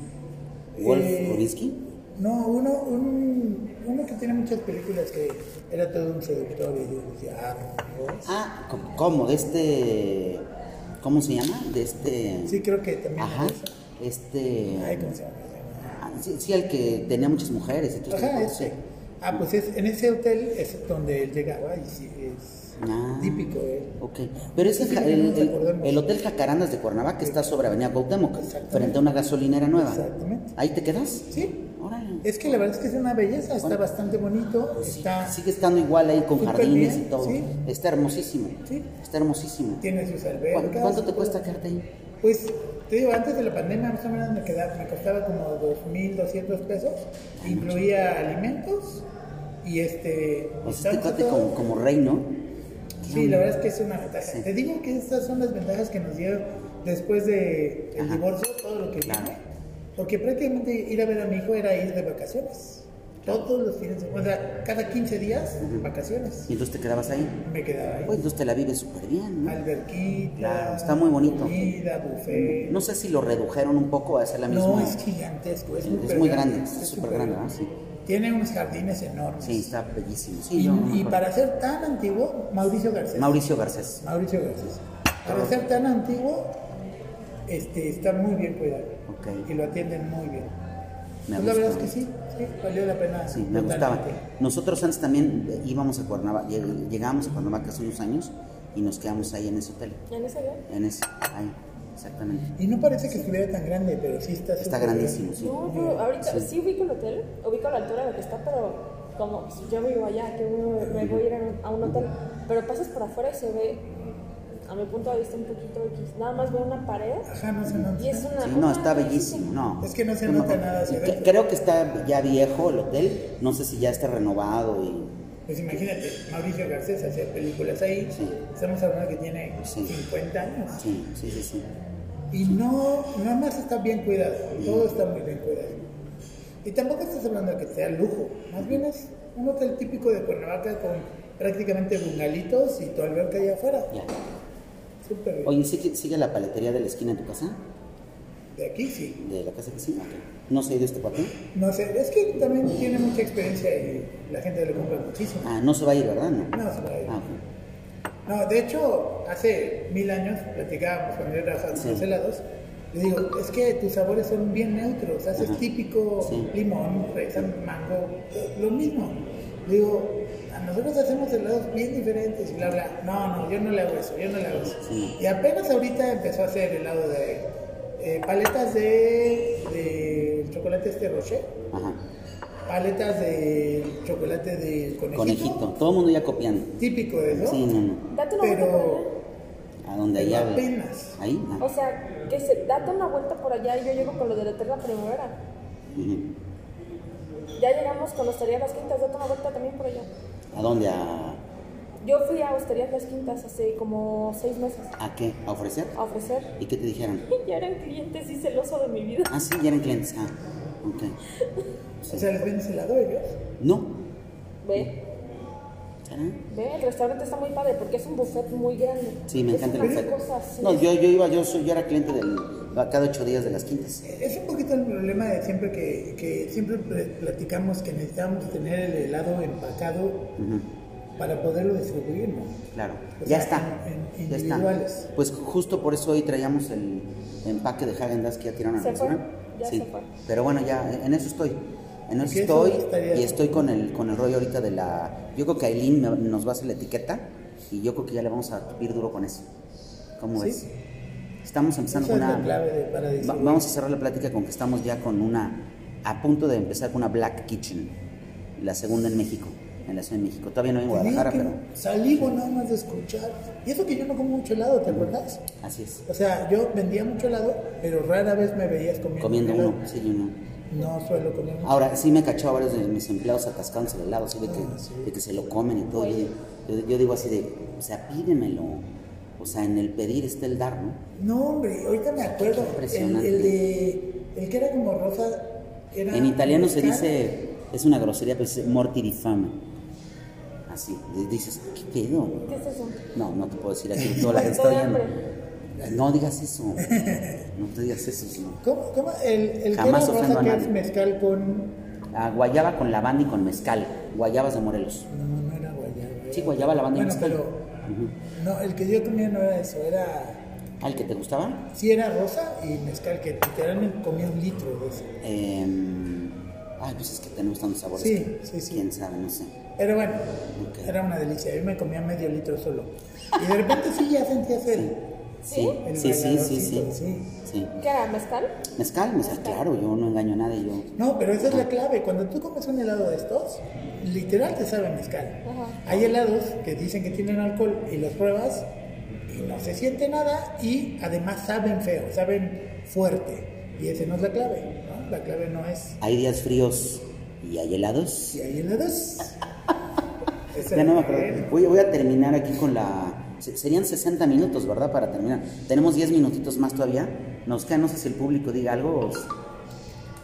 ¿Wolf Eh, Rubinsky? No, uno, un- uno que tiene muchas películas que era todo un seductor y yo decía, ah, ¿no? Ah, co- ¿cómo? De este. ¿Cómo se llama? De este. Sí, creo que también. Ajá. Ay, Este. ¿cómo se llama? ah, Sí, sí, el que tenía muchas mujeres. y todo este Ajá, tipo, ese. sí. Ah, pues es, en ese hotel es donde él llegaba y sí, es Ah. típico él. Ok, pero ese Sí, ja- sí, el, nos el- acordamos. el Hotel Jacarandas de Cuernavaca está sobre Avenida Cuauhtémoc, Exactamente. frente a una gasolinera nueva. Exactamente. ¿Ahí te quedas? Sí. Órale. Es que la verdad es que es una belleza, está Bueno. bastante bonito, Pues está, Sigue estando igual ahí con Súper jardines bien, y todo. sí. Está hermosísimo. Sí. Está hermosísimo. tiene sus ¿Cu- albercas. ¿Cuánto te cuesta quedarte ahí? Pues te digo, antes de la pandemia más o menos me, Ah, quedaba, me costaba como 2.200 pesos, incluía alimentos Y este. O sea, están este cuate todo- como, como rey, ¿no? Sí, la verdad es que es una ventaja. Sí. Te digo que estas son las ventajas que nos dio después de el Ajá. divorcio, todo lo que Claro. viene. Porque prácticamente ir a ver a mi hijo era ir de vacaciones. Todos los fines de semana, o sea, cada 15 días, vacaciones. Y entonces te quedabas ahí. Me quedaba ahí. Pues entonces te la vives súper bien, ¿no? Alberquita. Claro, está muy bonito. Comida, buffet. No sé si lo redujeron un poco a hacer la misma. No, es gigantesco. Es, Es súper muy grande, es está súper súper grande, ¿no? Sí. Tiene unos jardines enormes. Sí, está bellísimo. Sí, Y, yo no me y acuerdo. para ser tan antiguo, Mauricio Garcés. Mauricio Garcés. Mauricio Garcés. Para ser tan antiguo, este, está muy bien cuidado. Ok. Y lo atienden muy bien. Me Pues la verdad es gusta. que sí, sí, valió la pena. Sí, me gustaba. totalmente. Nosotros antes también eh, íbamos a Cuernavaca, lleg- llegábamos a Cuernavaca hace unos años y nos quedamos ahí en ese hotel. ¿En ese avión? En ese, ahí, exactamente. Y no parece que estuviera tan grande, pero sí está Está súper grandísimo, bien. sí. No, pero ahorita Sí. sí. ubico el hotel, ubico la altura a la que está, pero como pues, yo vivo allá, que me, me voy a ir a un, a un hotel, pero pasas por afuera y se ve, a mi punto de vista, un poquito X. Nada más veo una pared Ajá, no se nota. y es una. Sí, no, una- está bellísimo, no. Es que no se me nota acuerdo. nada, se Y ve que- todo. creo que está ya viejo el hotel, no sé si ya está renovado y... Pues imagínate, Mauricio Garcés hacía películas ahí. Sí. Estamos hablando que tiene Sí. 50 años. Sí, sí, sí, sí. Y no, nada más está bien cuidado, todo está muy bien cuidado. Y tampoco estás hablando de que sea lujo, más bien es un hotel típico de Cuernavaca con prácticamente bungalitos y tu alberca allá afuera. Ya. Súper bien. Oye, ¿sigue, sigue la paletería de la esquina de tu casa? De aquí sí. ¿De la casa que sí? Ok. ¿No se ha ido este cuate? No sé, es que también tiene mucha experiencia y la gente le compra muchísimo. Ah, no se va a ir, ¿verdad? No. No, se va a ir. Ah, ok. No, de hecho, hace mil años platicábamos con el Rafa Sí. de los helados. Le digo, es que tus sabores son bien neutros, haces Ajá. típico Sí. limón, fresa, mango, lo mismo. Le digo, a nosotros hacemos helados bien diferentes y bla, bla. No, no, yo no le hago eso, yo no le hago eso. Sí. Y apenas ahorita empezó a hacer helado de eh, paletas de, de chocolate este Rocher, Ajá. paletas de chocolate de conejito, Conejito. Todo el mundo ya copiando. típico de eso. Sí, no, no. Date una vuelta por allá. Pero A donde ahí habla. Apenas. Ahí, ah. O sea, que se, date una vuelta por allá y yo llego con lo de la eterna primavera. Ujú. Ya llegamos con Hostería Las Quintas, date una vuelta también por allá. ¿A dónde? ¿A, Yo fui a Hostería Las Quintas hace como seis meses a qué? ¿A ofrecer? a ofrecer. [laughs] ¿Y qué te dijeron? Ya eran clientes y celoso de mi vida. Ah, sí, ya eran clientes. Ah, ok. O sea, les vendes helado a ellos. No. Ah, Ve, ¿Será? ve, el restaurante está muy padre porque es un buffet muy grande. Sí, me Es encanta el una buffet. cosa así. No, yo, yo iba, yo, soy, yo era cliente del, a cada ocho días de las quintas. Es un poquito el problema de siempre que, que siempre pl- platicamos que necesitamos tener el helado empacado Ujú, para poderlo distribuir, ¿no? Claro, O ya sea, está. Pues en- en ya individuales. está. Pues justo por eso hoy traíamos el empaque de Hagen Dazs que ya tiraron a la Se fue, basura. ya Sí, se fue. pero bueno, ya en en eso estoy. En eso Que eso estoy estaría- y estoy con el, con el rollo ahorita de la. Yo creo que Aileen me- nos va a hacer la etiqueta y yo creo que ya le vamos a tupir duro con eso. ¿Cómo Sí. ves? Estamos Esa empezando es con la una. clave de- para Va- distribuir. vamos a cerrar la plática con que estamos ya con una, a punto de empezar con una Black Kitchen, la segunda en México, en la Ciudad de México. Todavía no en Te digo Guadalajara, que pero Salivo nada más de escuchar. Y eso que yo no como mucho helado, ¿te acuerdas? así es. O sea, yo vendía mucho helado, pero rara vez me veías comiendo, Comiendo helado. uno, Ah. sí y uno. No suelo comer mucho. Ahora, sí me cachó a varios de mis empleados atascándose de helado, así de Ah, sí. que, de que se lo comen y todo. Yo, yo- yo digo así de, o sea, pídemelo. O sea, en el pedir está el dar, ¿no? No, hombre, ahorita me acuerdo. El, Impresionante. el de. El que era como rosa. Era En italiano se mexicano. dice, es una grosería, pero es mortirifame. Así, dices, ¿qué pedo? ¿Qué es eso? No, no te puedo decir así toda la que está Tengo oyendo. hambre. No digas eso. No te digas eso, sino. ¿Cómo? ¿Cómo? El, el Jamás que era ofendo rosa a que nadie. es mezcal con. Ah, guayaba con lavanda y con mezcal. Guayabas de Morelos. No, no era guayaba. Sí, era- guayaba, lavanda y Bueno, mezcal. pero. No, el que yo comía no era eso, era. ¿Al que te gustaba? Sí, era rosa y mezcal, que literalmente comía un litro de eso. Eh, ay, pues es que tenemos tantos sabores. Sí, que- sí, sí. Quién sabe, no sé. Pero bueno, Ok. era una delicia. Yo me comía medio litro solo. Y de repente sí ya sentía sed. Sí, El sí, sí, sí, sí, bailadorcito, sí. Sí. ¿Qué era? ¿Mezcal? Mezcal, mezcal, claro, yo no engaño a nadie, yo. No, pero esa es la clave. Cuando tú comes un helado de estos, literal te sabe a mezcal. Ajá. Hay helados que dicen que tienen alcohol y los pruebas y no se siente nada y además saben feo, saben fuerte. Y esa no es la clave, ¿no? La clave no es Hay días fríos y hay helados. si hay helados. ya no me acuerdo. Voy, voy a terminar aquí con la... se- Serían 60 minutos, ¿verdad? Para terminar. Tenemos 10 minutitos más todavía. Nos queda, no sé si el público diga algo. o si-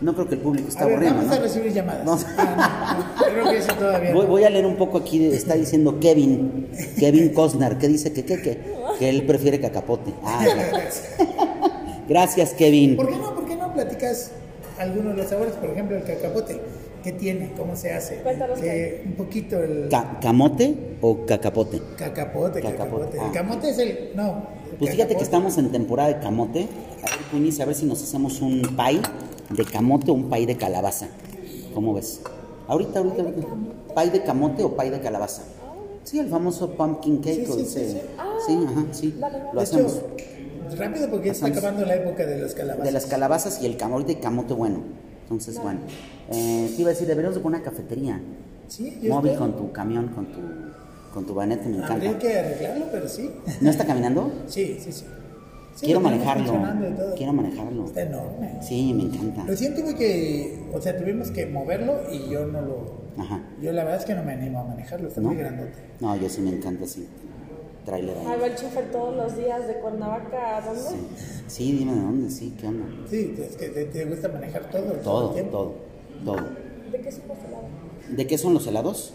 No creo que el público está A ver, aburrido, vamos ¿no? a recibir llamadas. No. Ah, [laughs] no, no, creo que eso todavía. Voy, no. voy a leer un poco aquí, de- está diciendo [laughs] Kevin, Kevin Costner, que dice que, que, que, que él prefiere cacapote. Ah, claro. Gracias, Kevin. ¿Por qué no? ¿Por qué no platicas algunos de los sabores? Por ejemplo, el cacapote. ¿Qué tiene? ¿Cómo se hace? Cuéntanos, Que un poquito el Ca- ¿Camote o cacapote? cacapote, Cacapote, cacapote. ah. El camote es el. No. el Pues fíjate que cacapote. estamos en temporada de camote. A ver, Cunis, a ver si nos hacemos un pie de camote o un pie de calabaza. ¿Cómo ves? Ahorita, ahorita, ahorita. ¿Pie de camote o pie de calabaza? Sí, el famoso pumpkin cake. Sí, sí, o sí, ese- sí. Ah, sí, ajá, sí. Vale, vale. Lo De hecho, hacemos. rápido porque ya está Hacemos. acabando la época de los calabazas. de las calabazas y el camote y camote bueno. Entonces, bueno, eh, te iba a decir, deberíamos de poner una cafetería Sí, yo móvil estoy- con tu camión, con tu, con tu banete, me Habría encanta. que arreglarlo, pero sí. ¿No está caminando? Sí, sí, sí. Sí, Quiero lo tenemos manejarlo. funcionando y todo. Quiero manejarlo. Está enorme. Sí, me encanta. Recién tuve que, o sea, tuvimos que moverlo y yo no lo... Ajá. Yo la verdad es que no me animo a manejarlo, está ¿No? muy grandote. No, yo sí me encanta, sí. Trailer Ahí ahí. va el chofer todos los días de Cuernavaca a dónde. Sí. Sí, dime de dónde, sí, qué onda. Sí, es que te, te gusta manejar todo. Todo, el tiempo. todo, todo. ¿De qué supo helado? ¿De qué son los helados?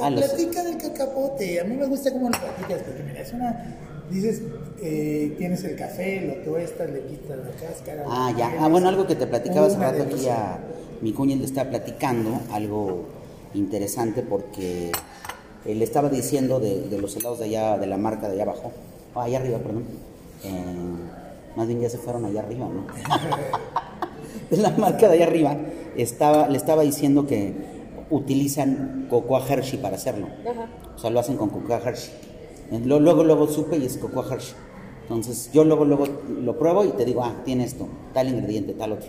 Ah, los, Platica del cacapote, a mí me gusta cómo lo platicas, porque mira, es una... Dices, eh, tienes el café, lo tuestas, le quitas la cáscara. Ah, lo ya. Ah, hieles. bueno, algo que te platicaba hace Una rato aquí delicia. a mi cuña, le estaba platicando algo interesante porque eh, le estaba diciendo de, de los helados de allá, de la marca de allá abajo, Ah, allá arriba, perdón. Eh, más bien ya se fueron allá arriba, ¿no? [laughs] de la marca de allá arriba, estaba, le estaba diciendo que utilizan cocoa Hershey para hacerlo. Ajá. O sea, lo hacen con cocoa Hershey. Eh, lo- Luego, luego supe y es cocoa Hershey. Entonces, yo luego, luego lo pruebo y te digo, ah, tiene esto, tal ingrediente, tal otro.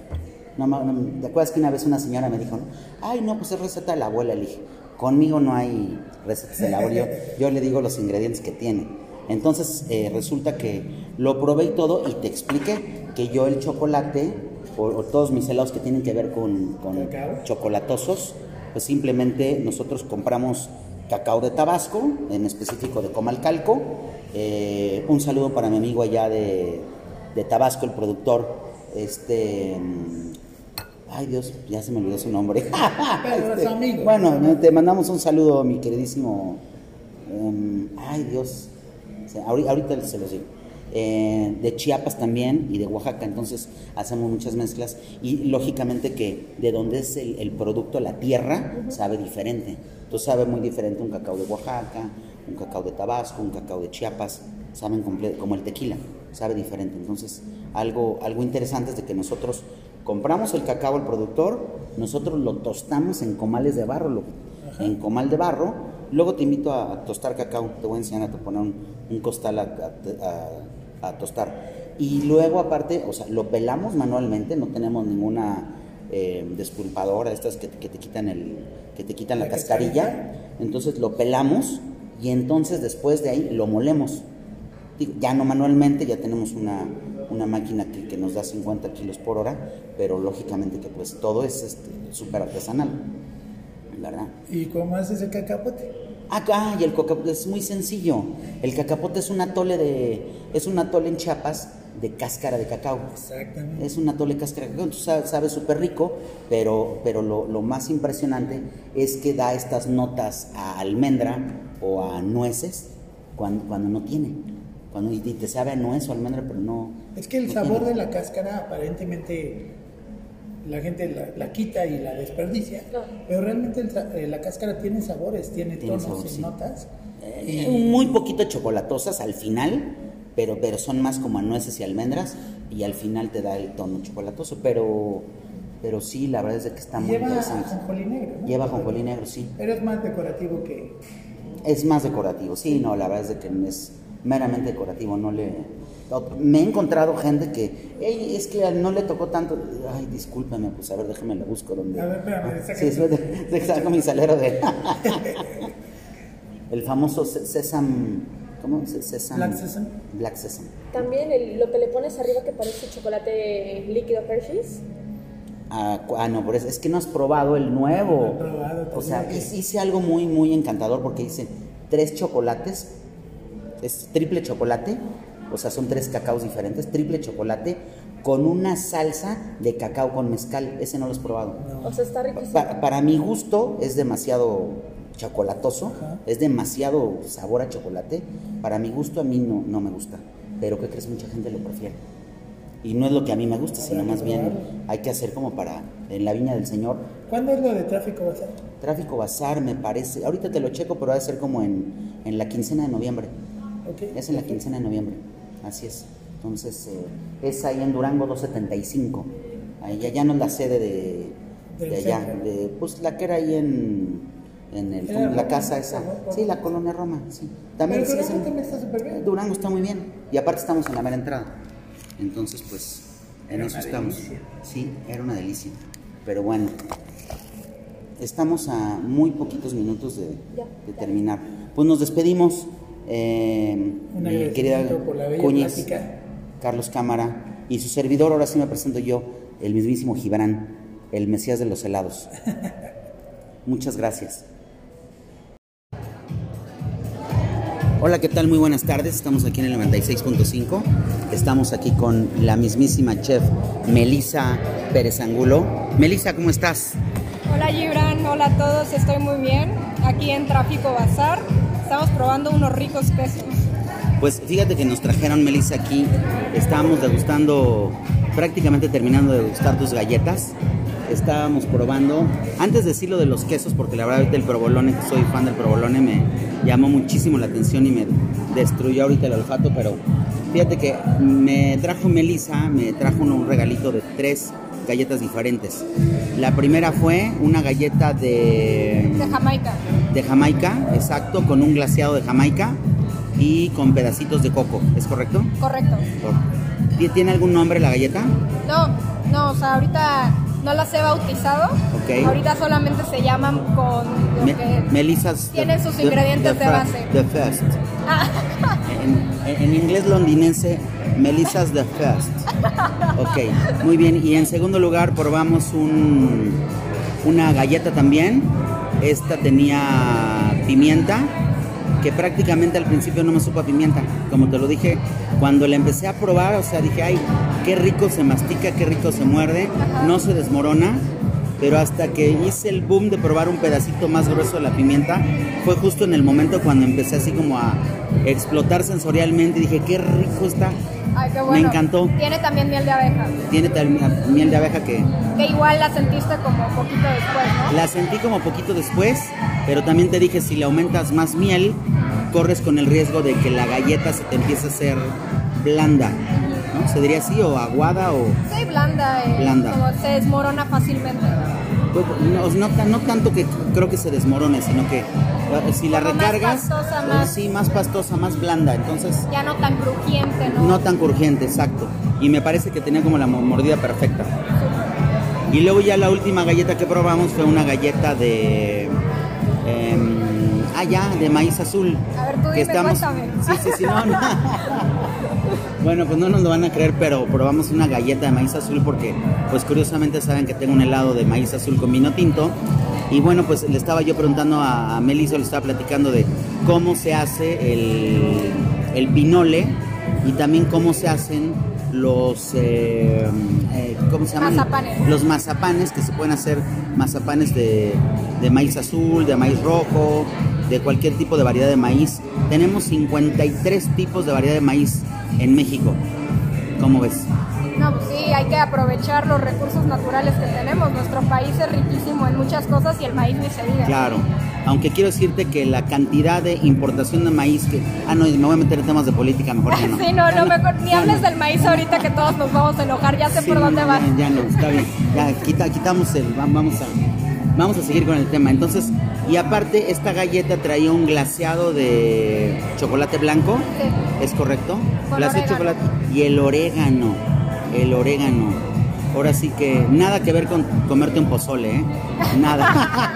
No, ma- no, ¿Te acuerdas que una vez una señora me dijo, no? ay, no, pues es receta de la abuela? Le dije, conmigo no hay recetas de la abuela, yo, yo le digo los ingredientes que tiene. Entonces, eh, resulta que lo probé y todo y te expliqué que yo el chocolate, o, o todos mis helados que tienen que ver con, con Cacao. chocolatosos, pues simplemente nosotros compramos cacao de Tabasco, en específico de Comalcalco. Eh, un saludo para mi amigo allá de, de Tabasco, el productor, este... mm, Ay Dios, ya se me olvidó su nombre. [laughs] Este, Pero es su amigo. Bueno, no, te mandamos un saludo, mi queridísimo... em, ay Dios, O sea, ahori- ahorita, se los digo. Eh, de Chiapas también y de Oaxaca, entonces hacemos muchas mezclas y lógicamente que de donde es el, el producto, la tierra, sabe diferente. Entonces sabe muy diferente un cacao de Oaxaca, un cacao de Tabasco, un cacao de Chiapas, saben comple- como el tequila, sabe diferente. Entonces algo, algo interesante es de que nosotros compramos el cacao al productor, nosotros lo tostamos en comales de barro, lo- en comal de barro, luego te invito a, a tostar cacao, te voy a enseñar a to- poner un, un costal a, a- a- a tostar. Y luego aparte, o sea, lo pelamos manualmente, no tenemos ninguna eh, despulpadora, estas que, te- que te quitan el, que te quitan la La cascarilla, entonces lo pelamos y entonces después de ahí lo molemos. Digo, ya no manualmente, ya tenemos una, una máquina que, que nos da 50 kilos por hora, pero lógicamente que pues todo es este, súper artesanal, ¿verdad? ¿Y cómo haces el cacapote? Ah, ah, y el cacapote es muy sencillo. El cacapote es un atole de, es un atole en Chiapas de cáscara de cacao. Exactamente. Es un atole cáscara de cacao, entonces sabe- sabe súper rico, pero, pero lo, lo más impresionante es que da estas notas a almendra o a nueces cuando, cuando no tiene. Cuando, y te sabe a nuez o almendra, pero no. Eh, Es que el no sabor tiene. de la cáscara aparentemente la gente la, la quita y la desperdicia, Claro. pero realmente el sa- eh, la cáscara tiene sabores, tiene, Tiene tonos sabor, y sí. notas. Eh, muy poquito chocolatosas al final, pero, pero son más como a nueces y almendras y al final te da el tono chocolatoso, pero, pero sí, la verdad es de que está Y muy lleva interesante. ajonjolí negro. ¿no? Lleva ajonjolí negro, sí. Pero es más decorativo que... Es más decorativo, sí, no, la verdad es de que es meramente decorativo, no le... Me he encontrado gente que, "Ey, es que no le tocó tanto, ay, discúlpeme, pues a ver, déjame la busco donde... A ver, espérame, Ah, saca sí, [laughs] el- espérate, te saco mi salero de... [laughs] el famoso sé- sésam... ¿Cómo? Sé- Sésam... Black sésam. Black sésam. También el- lo que le pones arriba que parece chocolate líquido Hershey's. Ah, cu- ah, no, por eso. Es que no has probado el nuevo. No he probado, o sea, también. es- hice algo muy, muy encantador porque hice tres chocolates. Es triple chocolate. O sea, son tres cacaos diferentes. Triple chocolate con una salsa de cacao con mezcal. Ese no lo has probado. O sea, está Pa- riquísimo. Para, mi gusto es demasiado chocolatoso, Ajá. es demasiado sabor a chocolate. Para mi gusto a mí no, no me gusta, pero ¿qué crees? Mucha gente lo prefiere. Y no es lo que a mí me gusta, sino Habrá que más bien probarlo. hay que hacer como para, en la viña del Señor, ¿Cuándo es lo de tráfico va a ser? Tráfico Bazar me parece, ahorita te lo checo, pero va a ser como en, en la quincena de noviembre. Ok. Este, Es en la quincena de noviembre, así es. Entonces, eh, es ahí en Durango 275. Ahí allá no es la sede de, Del de allá, centro. de, pues la que era ahí en, en el, Era la Roma, casa esa. ¿no? Sí, la colonia Roma, sí. Pero También sí, es Durango en- también está súper bien. Durango está muy bien. Y aparte estamos en la mera entrada. Entonces, pues, en eso estamos. Sí, era una delicia. Pero bueno, estamos a muy poquitos minutos de, Ya. de terminar. Pues nos despedimos. eh, Un mi agradecimiento por la bella Cuñiz, plática. Carlos Cámara y su servidor, ahora sí me presento yo, el mismísimo Gibran, el Mesías de los helados. [laughs] Muchas gracias. Hola, ¿qué tal? Muy buenas tardes. Estamos aquí en el 96.5. Estamos aquí con la mismísima chef Melisa Pérez Angulo. Melisa, ¿cómo estás? Hola Gibran, hola a todos, estoy muy bien. Aquí en Tráfico Bazar estamos probando unos ricos quesos. Pues fíjate que nos trajeron Melissa aquí. Estábamos degustando, prácticamente terminando de degustar tus galletas. Estábamos probando, antes de decir lo de los quesos, porque la verdad ahorita el provolone, que soy fan del provolone, me llamó muchísimo la atención y me destruyó ahorita el olfato, pero fíjate que me trajo Melissa, me trajo un un regalito de tres galletas diferentes. La primera fue una galleta de De Jamaica. de Jamaica, exacto, con un glaseado de Jamaica y con pedacitos de coco, ¿es correcto? Correcto. Cor- ¿Tiene algún nombre la galleta? No, no, o sea, ahorita no las he bautizado. Ok. Ahorita solamente se llaman con lo Me- que... Melissa's. Tiene sus ingredientes de base. The First. Ah, En, en- en inglés londinense, Melissa's The First. Ok, muy bien. Y en segundo lugar probamos un, una galleta también. Esta tenía pimienta, que prácticamente al principio no me supo a pimienta. Como te lo dije, cuando la empecé a probar, o sea, dije, ay, qué rico se mastica, qué rico se muerde, no se desmorona. Pero hasta que hice el boom de probar un pedacito más grueso de la pimienta, fue justo en el momento cuando empecé así como a explotar sensorialmente. Dije, qué rico está. ay, qué Me bueno. encantó. Tiene también miel de abeja, Tiene también miel de abeja que que igual la sentiste como poquito después, ¿no? La sentí como poquito después, pero también te dije, si le aumentas más miel, corres con el riesgo de que la galleta se te empiece a hacer blanda, ¿no? ¿Se diría así? ¿O aguada? o Sí, blanda, eh, Blanda. como se desmorona fácilmente. pues, no, no ta- no tanto que creo que se desmorone, sino que eh, si la Como más recargas... pastosa, eh, más- Sí, más pastosa, más blanda, entonces Ya no tan crujiente, ¿no? no tan crujiente, exacto. Y me parece que tenía como la mo- mordida perfecta. Y luego ya la última galleta que probamos fue una galleta de... em, ah, ya, de maíz azul. A ver, tú que dime, estamos... cuéntame. Sí, sí, sí, no, no. [laughs] Bueno, pues no nos lo van a creer, pero probamos una galleta de maíz azul porque, pues curiosamente saben que tengo un helado de maíz azul con vino tinto. Y bueno, pues le estaba yo preguntando a, a Melissa, le estaba platicando de cómo se hace el, el pinole y también cómo se hacen los, eh, eh, ¿cómo se llaman? Mazapanes. Los mazapanes, que se pueden hacer mazapanes de, de maíz azul, de maíz rojo, de cualquier tipo de variedad de maíz. Tenemos 53 tipos de variedad de maíz en México. ¿Cómo ves? No, pues sí, hay que aprovechar los recursos naturales que tenemos. Nuestro país es riquísimo en muchas cosas y el maíz ni se diga. Claro. Aunque quiero decirte que la cantidad de importación de maíz que... Ah, no, me voy a meter en temas de política, mejor ya no. [laughs] [laughs] Sí, no, no, mejor ni hables del maíz ahorita que todos nos vamos a enojar, ya sé Sí, por dónde no, vas. Ya, ya no, está bien. Ya quita- quitamos el. va- Vamos a, vamos a seguir con el tema. Entonces, y aparte, esta galleta traía un glaseado de chocolate blanco. Sí. ¿Es correcto? Con Glaseado de orégano. chocolate. Y el orégano. El orégano. Ahora sí que nada que ver con comerte un pozole, ¿eh? [laughs] Nada.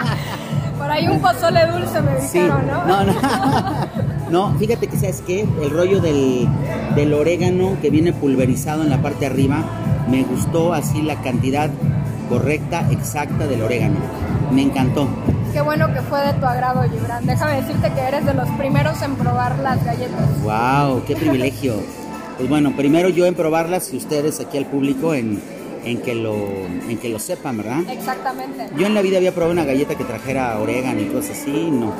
Por ahí un pozole dulce me Sí. dijeron, ¿no? No, no. [laughs] No, fíjate que sabes qué, el rollo del, del orégano que viene pulverizado en la parte de arriba, me gustó así la cantidad correcta, exacta del orégano. Me encantó. Qué bueno que fue de tu agrado, Gibran. Déjame decirte que eres de los primeros en probar las galletas. ¡Wow! ¡Qué [laughs] privilegio! Pues bueno, primero yo en probarlas y ustedes aquí al público en, en, que, lo, en que lo sepan, ¿verdad? Exactamente. Yo en la vida había probado una galleta que trajera orégano y cosas así, no. Bueno,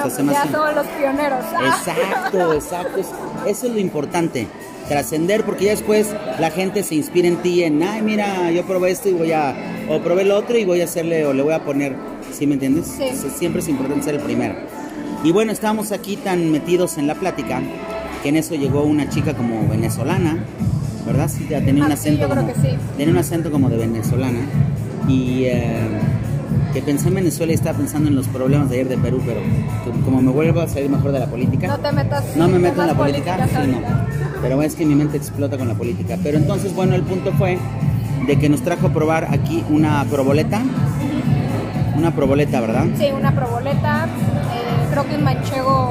O sea, se pues me ya hace- somos los pioneros. Ah. Exacto, exacto. Es- Eso es lo importante. Trascender, porque ya después la gente se inspira en ti en, ay, mira, yo probé esto y voy a, o probé el otro y voy a hacerle, o le voy a poner, ¿sí me entiendes? Sí. O sea, Siempre es importante ser el primero. Y bueno, estábamos aquí tan metidos en la plática que en eso llegó una chica como venezolana, ¿verdad? Sí, ya tenía Ah, un sí, yo acento creo como, que sí. tenía un acento como de venezolana y eh, que pensé en Venezuela y estaba pensando en los problemas de ayer de Perú, pero como- como me vuelvo a salir mejor de la política, No te metas. no me meto en temas la política, políticas sí, no. ahorita. Pero es que mi mente explota con la política. Pero entonces, bueno, el punto fue de que nos trajo a probar aquí una proboleta. Una proboleta, ¿verdad? Sí, una proboleta, eh, creo que un manchego.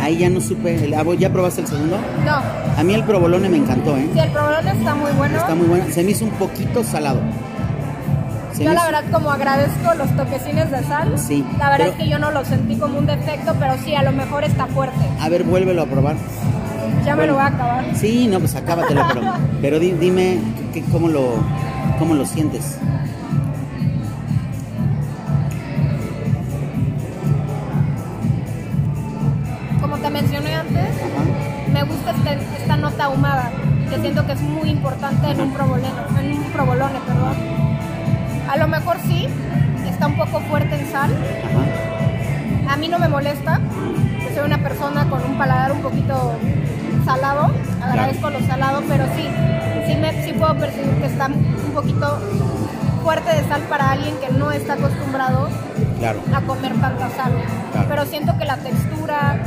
Ahí ya no supe. el- ah, ¿Ya probaste el segundo? No, A mí el provolone me encantó, ¿eh? sí, el provolón está muy bueno. Está muy bueno. Se me hizo un poquito salado. Se yo me la hizo- verdad como agradezco los toquecines de sal. Sí, La verdad pero- es que yo no lo sentí como un defecto, pero sí, a lo mejor está fuerte. A ver, vuélvelo a probar. Ya me lo voy a acabar. Sí, no, pues acábatelo, pero, pero di- dime qué- qué- cómo, lo, cómo lo sientes. Como te mencioné antes, Ajá. me gusta este- esta nota ahumada, que siento que es muy importante en un provoleno, en un provolone, perdón. A lo mejor sí, está un poco fuerte en sal. Ajá. A mí no me molesta, yo soy una persona con un paladar un poquito salado, agradezco lo salado, pero sí, sí, me, sí puedo percibir que está un poquito fuerte de sal para alguien que no está acostumbrado Claro. a comer tanta sal. Claro. Pero siento que la textura,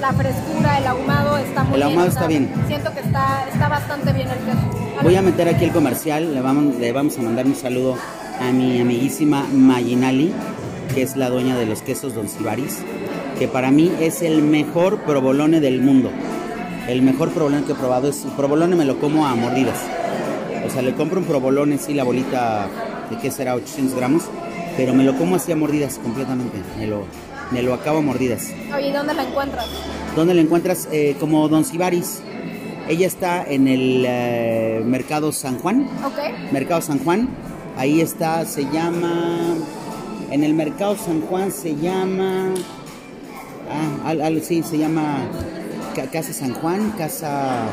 la frescura, el ahumado está muy El ahumado o sea, está bien. Siento que está, está bastante bien el queso. Voy a meter aquí el comercial, le vamos, le vamos a mandar un saludo a mi amiguísima Mayinali, que es la dueña de los quesos Don Sibaris, que para mí es el mejor provolone del mundo. El mejor provolone que he probado es, provolone me lo como a mordidas. O sea, le compro un provolone, sí, la bolita de que será 800 gramos, pero me lo como así a mordidas completamente, me lo, me lo acabo a mordidas. Oye, ¿y dónde la encuentras? ¿Dónde la encuentras? Eh, como Don Sibaris. Ella está en el eh, mercado San Juan. ¿Ok? Mercado San Juan. Ahí está, se llama. En el Mercado San Juan se llama. Ah, al- al- sí, se llama Ca- Casa San Juan, Casa.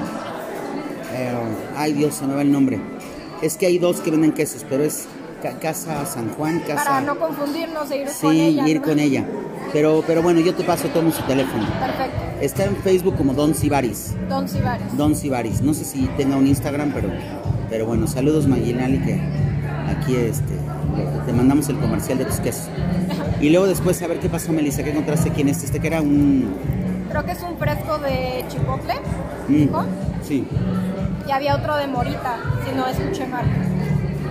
eh, ay Dios, se me va el nombre. Es que hay dos que venden quesos, pero es Ca- Casa San Juan, Casa. Para no confundirnos e ir sí, con ella. ir ¿no? con ella. Pero, pero bueno, yo te paso todo su teléfono. Perfecto. Está en Facebook como Don Sibaris. Don Cibares. Don Sibaris. No sé si tenga un Instagram, pero, pero bueno, saludos Maginali que aquí este, le- te mandamos el comercial de tus quesos. Y luego después a ver qué pasó, Melissa, qué encontraste aquí en este, este que era un... Creo que es un fresco de chipotle. mm, ¿no? sí. Y había otro de morita, si no escuché mal.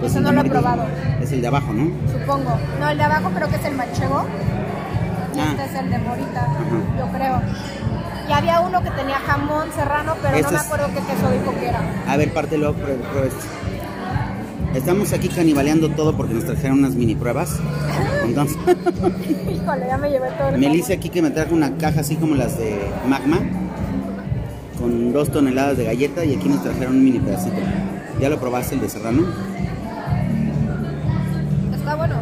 Pues Eso el no de lo he Margarita. probado, Es el de abajo, ¿no? supongo. No, el de abajo creo que es el manchego. Y Ah. este es el de morita, Ajá. yo creo. Y había uno que tenía jamón serrano, pero Este no me es- acuerdo qué queso dijo que era. [laughs] A ver, pártelo, prue- prueba esto. este. Estamos aquí canibaleando todo porque nos trajeron unas mini pruebas. Entonces, Híjole, ya me llevé todo el Melissa jamón. aquí que me trajo una caja así como las de Magma, con dos toneladas de galleta y aquí nos trajeron un mini pedacito. ¿Ya lo probaste el de Serrano? Está bueno.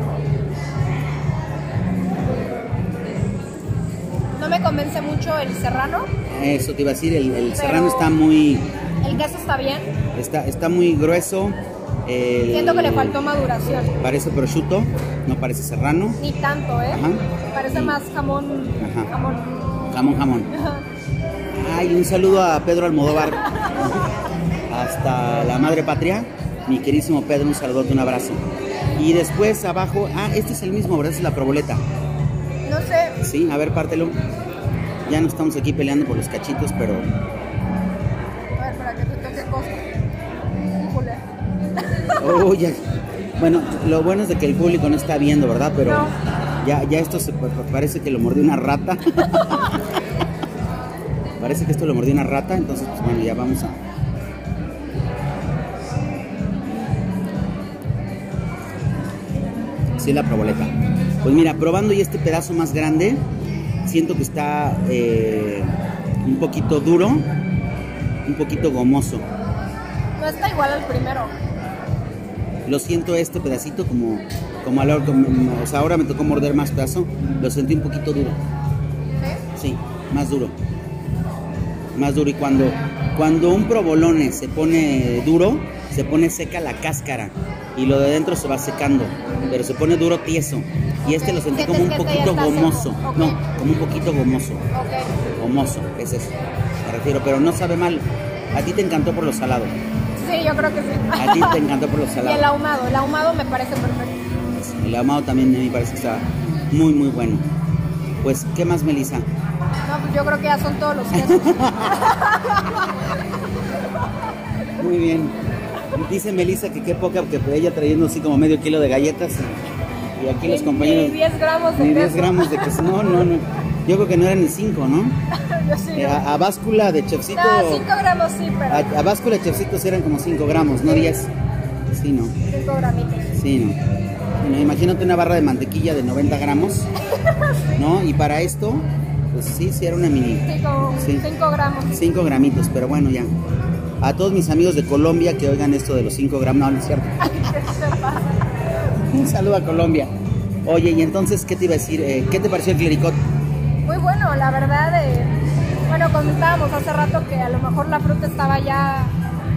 No me convence mucho el serrano. Eso te iba a decir, el, el Pero- Serrano está muy, El queso está bien. está, está muy grueso. el- Siento que le faltó maduración. Parece prosciutto, no parece Serrano. Ni tanto, ¿eh? Ajá. Parece Y- más jamón. Ajá. Jamón. Jamón, jamón. Ay, un saludo a Pedro Almodóvar. Hasta la madre patria. Mi querísimo Pedro, un saludote, un abrazo. Y después abajo, ah, este es el mismo, ¿verdad? Esa Es la proboleta. No sé, Sí, a ver, pártelo. Ya no estamos aquí peleando por los cachitos, pero A ver, para que te toque cosa. Híjole. Oh, ya. Bueno, lo bueno es de que el público no está viendo, ¿verdad? Pero No. ya, ya esto se pa- pa- parece que lo mordió una rata. parece que esto lo mordió una rata, entonces pues bueno, ya vamos a. así es la proboleta. Pues mira, probando ya este pedazo más grande, siento que está eh, un poquito duro, un poquito gomoso. No está igual al primero. Lo siento este pedacito como, como, al- como- o sea, ahora me tocó morder más pedazo, lo sentí un poquito duro. ¿sí? Sí, más duro. Más duro. Y cuando, cuando un provolone se pone duro, se pone seca la cáscara. Y lo de adentro se va secando. Pero se pone duro tieso. Y este lo sentí como un Sientes que este ya poquito está seco. gomoso. Ok. No, como un poquito gomoso. Ok. Gomoso, es eso. Me refiero. Pero no sabe mal. A ti te encantó por lo salado. Sí, yo creo que sí. A ti [laughs] te encantó por lo y el salado. ahumado, el ahumado me parece perfecto. El ahumado también a mí me parece que está muy, muy bueno. Pues, ¿qué más, Melissa? No, pues yo creo que ya son [laughs] todos los quesos. Muy bien. Dice Melissa que qué poca, que ella trayendo así como medio kilo de galletas. Y aquí los Ni- compañeros. Ni 10 gramos de ni 10 queso. gramos de queso. No, no, no. Yo creo que no eran ni 5, ¿no? [laughs] Yo sí, Eh, a, a báscula de chefcito. no, 5 gramos sí, a, pero a báscula de chefcito sí eran como 5 gramos, no 10. Sí, no. 5 gramitos. Sí, no. Bueno, imagínate una barra de mantequilla de 90 gramos, ¿no? Y para esto, pues sí, sí era una mini. Sí, como Sí. 5 gramos. 5 gramitos, pero bueno, ya. A todos mis amigos de Colombia que oigan esto de los 5 gramos, no, no es cierto. [laughs] Un saludo a Colombia. Oye, y entonces, ¿qué te iba a decir? Eh, ¿Qué te pareció el clericot? Muy bueno, la verdad. eh, bueno, comentábamos hace rato que a lo mejor la fruta estaba ya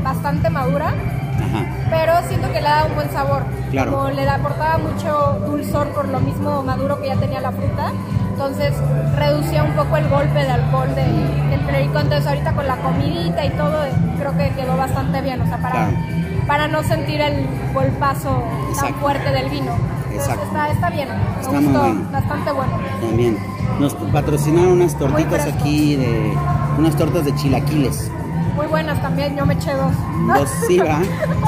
bastante madura, Ajá, pero siento que le da un buen sabor. Claro. Como le aportaba mucho dulzor por lo mismo maduro que ya tenía la fruta, entonces reducía un poco el golpe de alcohol del, del clericot. Entonces ahorita con la comidita y todo, eh, creo que quedó bastante bien, o sea, para, Claro. para no sentir el golpazo tan Exacto. fuerte del vino. Entonces, Exacto. Está, está bien, me Está muy gustó, bueno. bastante bueno. también. Nos patrocinaron unas tortitas fresco. aquí de. Unas tortas de chilaquiles. Muy buenas también, yo me eché dos. Dos, sí, ¿verdad?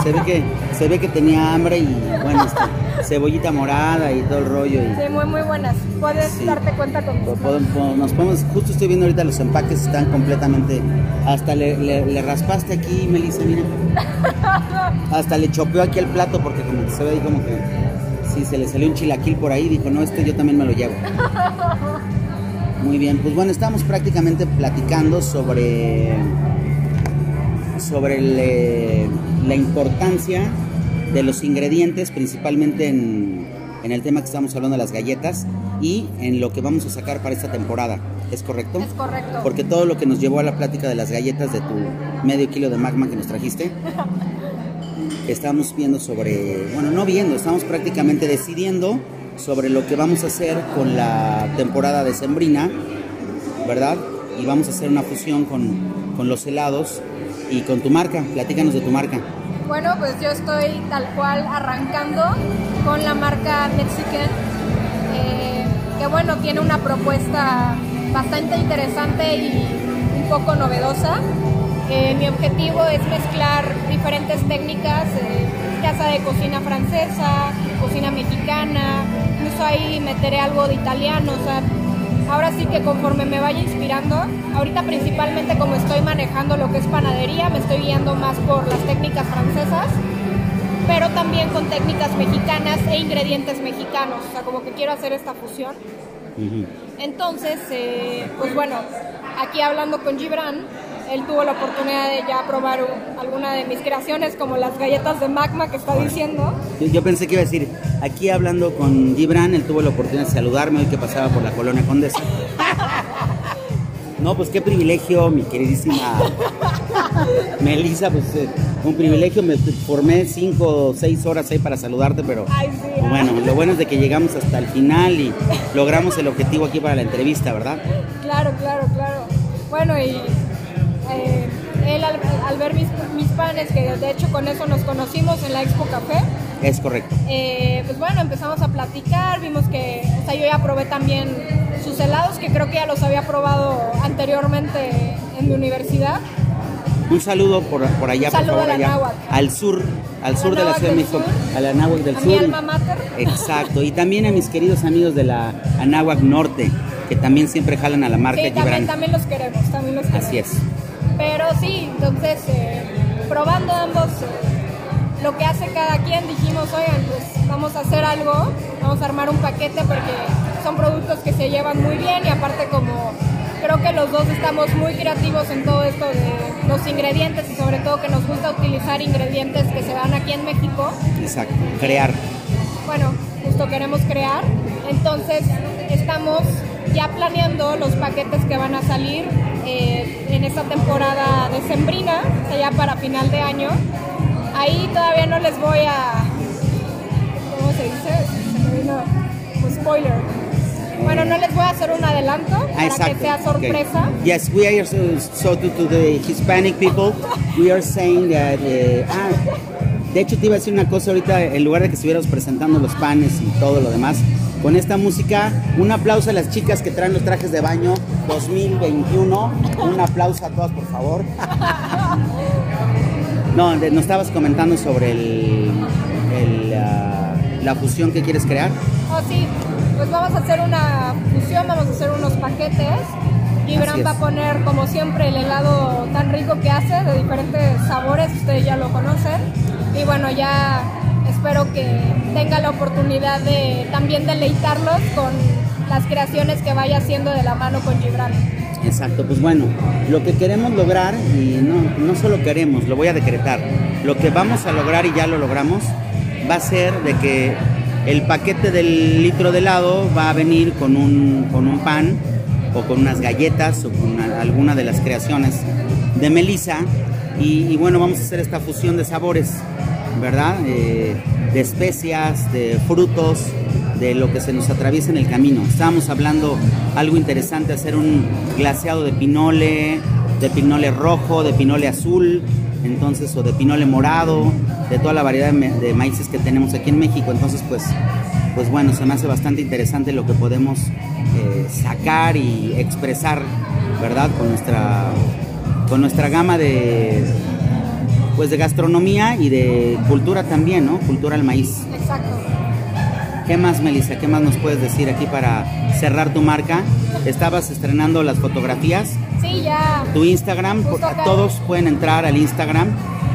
Se ve que, se ve que tenía hambre y bueno, este, cebollita morada y todo el rollo. y- [laughs] Sí, muy, muy buenas. Puedes Sí. darte cuenta con Po- po- po- Pues, Nos podemos, justo estoy viendo ahorita los empaques están completamente. Hasta le, le- le raspaste aquí, Melissa, mira. Hasta le chopeó aquí el plato porque como que se ve ahí como que. Sí, se le salió un chilaquil por ahí. Dijo, no, este yo también me lo llevo. Muy bien, pues bueno, estamos prácticamente platicando sobre. sobre le- la importancia de los ingredientes, principalmente en, en el tema que estamos hablando de las galletas y en lo que vamos a sacar para esta temporada. ¿Es correcto? Es correcto. Porque todo lo que nos llevó a la plática de las galletas de tu medio kilo de magma que nos trajiste, estamos viendo sobre, bueno, no viendo, estamos prácticamente decidiendo sobre lo que vamos a hacer con la temporada de Sembrina, ¿verdad? Y vamos a hacer una fusión con, con los helados y con tu marca. Platícanos de tu marca. Bueno, pues yo estoy tal cual arrancando con la marca Mexican, eh, que bueno, tiene una propuesta bastante interesante y un poco novedosa. Eh, mi objetivo es mezclar diferentes técnicas, eh, ya sea de cocina francesa, cocina mexicana, incluso ahí meteré algo de italiano, o sea, ahora sí que conforme me vaya inspirando, ahorita principalmente como estoy manejando lo que es panadería, me estoy guiando más por las técnicas francesas, pero también con técnicas mexicanas e ingredientes mexicanos, o sea, como que quiero hacer esta fusión. Entonces, eh, pues bueno, aquí hablando con Gibran, él tuvo la oportunidad de ya probar u- alguna de mis creaciones, como las galletas de magma que está diciendo. Yo, yo pensé que iba a decir, aquí hablando con Gibran, él tuvo la oportunidad de saludarme hoy que pasaba por la colonia Condesa. No, pues qué privilegio, mi queridísima Melissa, pues eh, un privilegio, me formé cinco o seis horas ahí para saludarte, pero Ay, sí, ah. bueno, lo bueno es de que llegamos hasta el final y logramos el objetivo aquí para la entrevista, ¿verdad? Claro, claro, claro. Bueno, y eh, él al, al ver mis, mis panes, que de hecho con eso nos conocimos en la Expo Café, Es correcto. eh, pues bueno, empezamos a platicar, vimos que, o sea, yo ya probé también sus helados, que creo que ya los había probado anteriormente en mi universidad. Un saludo por, por allá, Un saludo por favor, a la allá, náhuatl. al sur, al la sur de la Ciudad náhuatl de del México, sur. a la náhuatl del A sur. mi alma mater. Exacto, y también a mis queridos amigos de la Anáhuac Norte, que también siempre jalan a la marca Sí, también, Gibran. también los queremos, también los queremos. Así es. Pero sí, entonces, eh, probando ambos eh, lo que hace cada quien, dijimos, oigan, pues vamos a hacer algo Vamos a armar un paquete porque son productos que se llevan muy bien y aparte como creo que los dos estamos muy creativos en todo esto de los ingredientes y sobre todo que nos gusta utilizar ingredientes que se dan aquí en México. Exacto, crear. Bueno, justo queremos crear. Entonces estamos ya planeando los paquetes que van a salir eh, en esta temporada decembrina, o sea, ya para final de año. Ahí todavía no les voy a... ¿Cómo se dice? Se me vino un spoiler. Bueno, no les voy a hacer un adelanto para que sea sorpresa. Okay. Yes, we are so, so to, to the Hispanic people, we are saying that. eh, ah, de hecho, te iba a decir una cosa ahorita, en lugar de que estuvieras presentando los panes y todo lo demás. Con esta música, un aplauso a las chicas que traen los trajes de baño 2021. Un aplauso a todas, por favor. No, de- nos estabas comentando sobre el, el, ah, la fusión que quieres crear. Oh, sí, pues vamos a hacer una fusión, vamos a hacer unos paquetes. Y Así Bran es. va a poner, como siempre, el helado tan rico que hace, de diferentes sabores, ustedes ya lo conocen. Y bueno, ya espero que tengan la oportunidad de también deleitarlos con las creaciones que vaya haciendo de la mano con Gibran. Exacto, pues bueno, lo que queremos lograr, y no, no solo queremos, lo voy a decretar, lo que vamos a lograr y ya lo logramos, va a ser de que el paquete del litro de helado va a venir con un, con un pan o con unas galletas o con a- alguna de las creaciones de Melissa y, y bueno, vamos a hacer esta fusión de sabores, ¿verdad? Eh, de especias, de frutos, de lo que se nos atraviesa en el camino. Estábamos hablando algo interesante, hacer un glaseado de pinole, de pinole rojo, de pinole azul, entonces, o de pinole morado, de toda la variedad de, ma- de maíces que tenemos aquí en México. Entonces, pues, pues bueno, se me hace bastante interesante lo que podemos eh, sacar y expresar, ¿verdad? Con nuestra, con nuestra gama de, pues, de gastronomía y de cultura también, ¿no? Cultura al maíz. Exacto. ¿Qué más, Melissa? ¿Qué más nos puedes decir aquí para cerrar tu marca? Estabas estrenando las fotografías, Sí, ya. tu Instagram, por- Justo acá. todos pueden entrar al Instagram,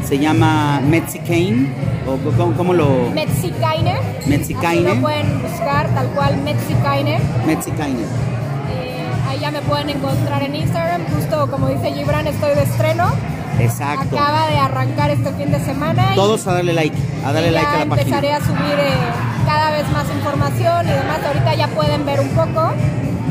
se llama Mexicane, o co- ¿cómo, cómo lo...? Mexicaine. Mexicaine. Así lo pueden buscar, tal cual, Mexicaine. Mexicane. Eh, ahí ya me pueden encontrar en Instagram, justo como dice Gibran, estoy de estreno. Exacto. Acaba de arrancar este fin de semana. y- Todos a darle like, a darle y like ya a la página. empezaré a subir eh, cada vez más información y demás. Ahorita ya pueden ver un poco,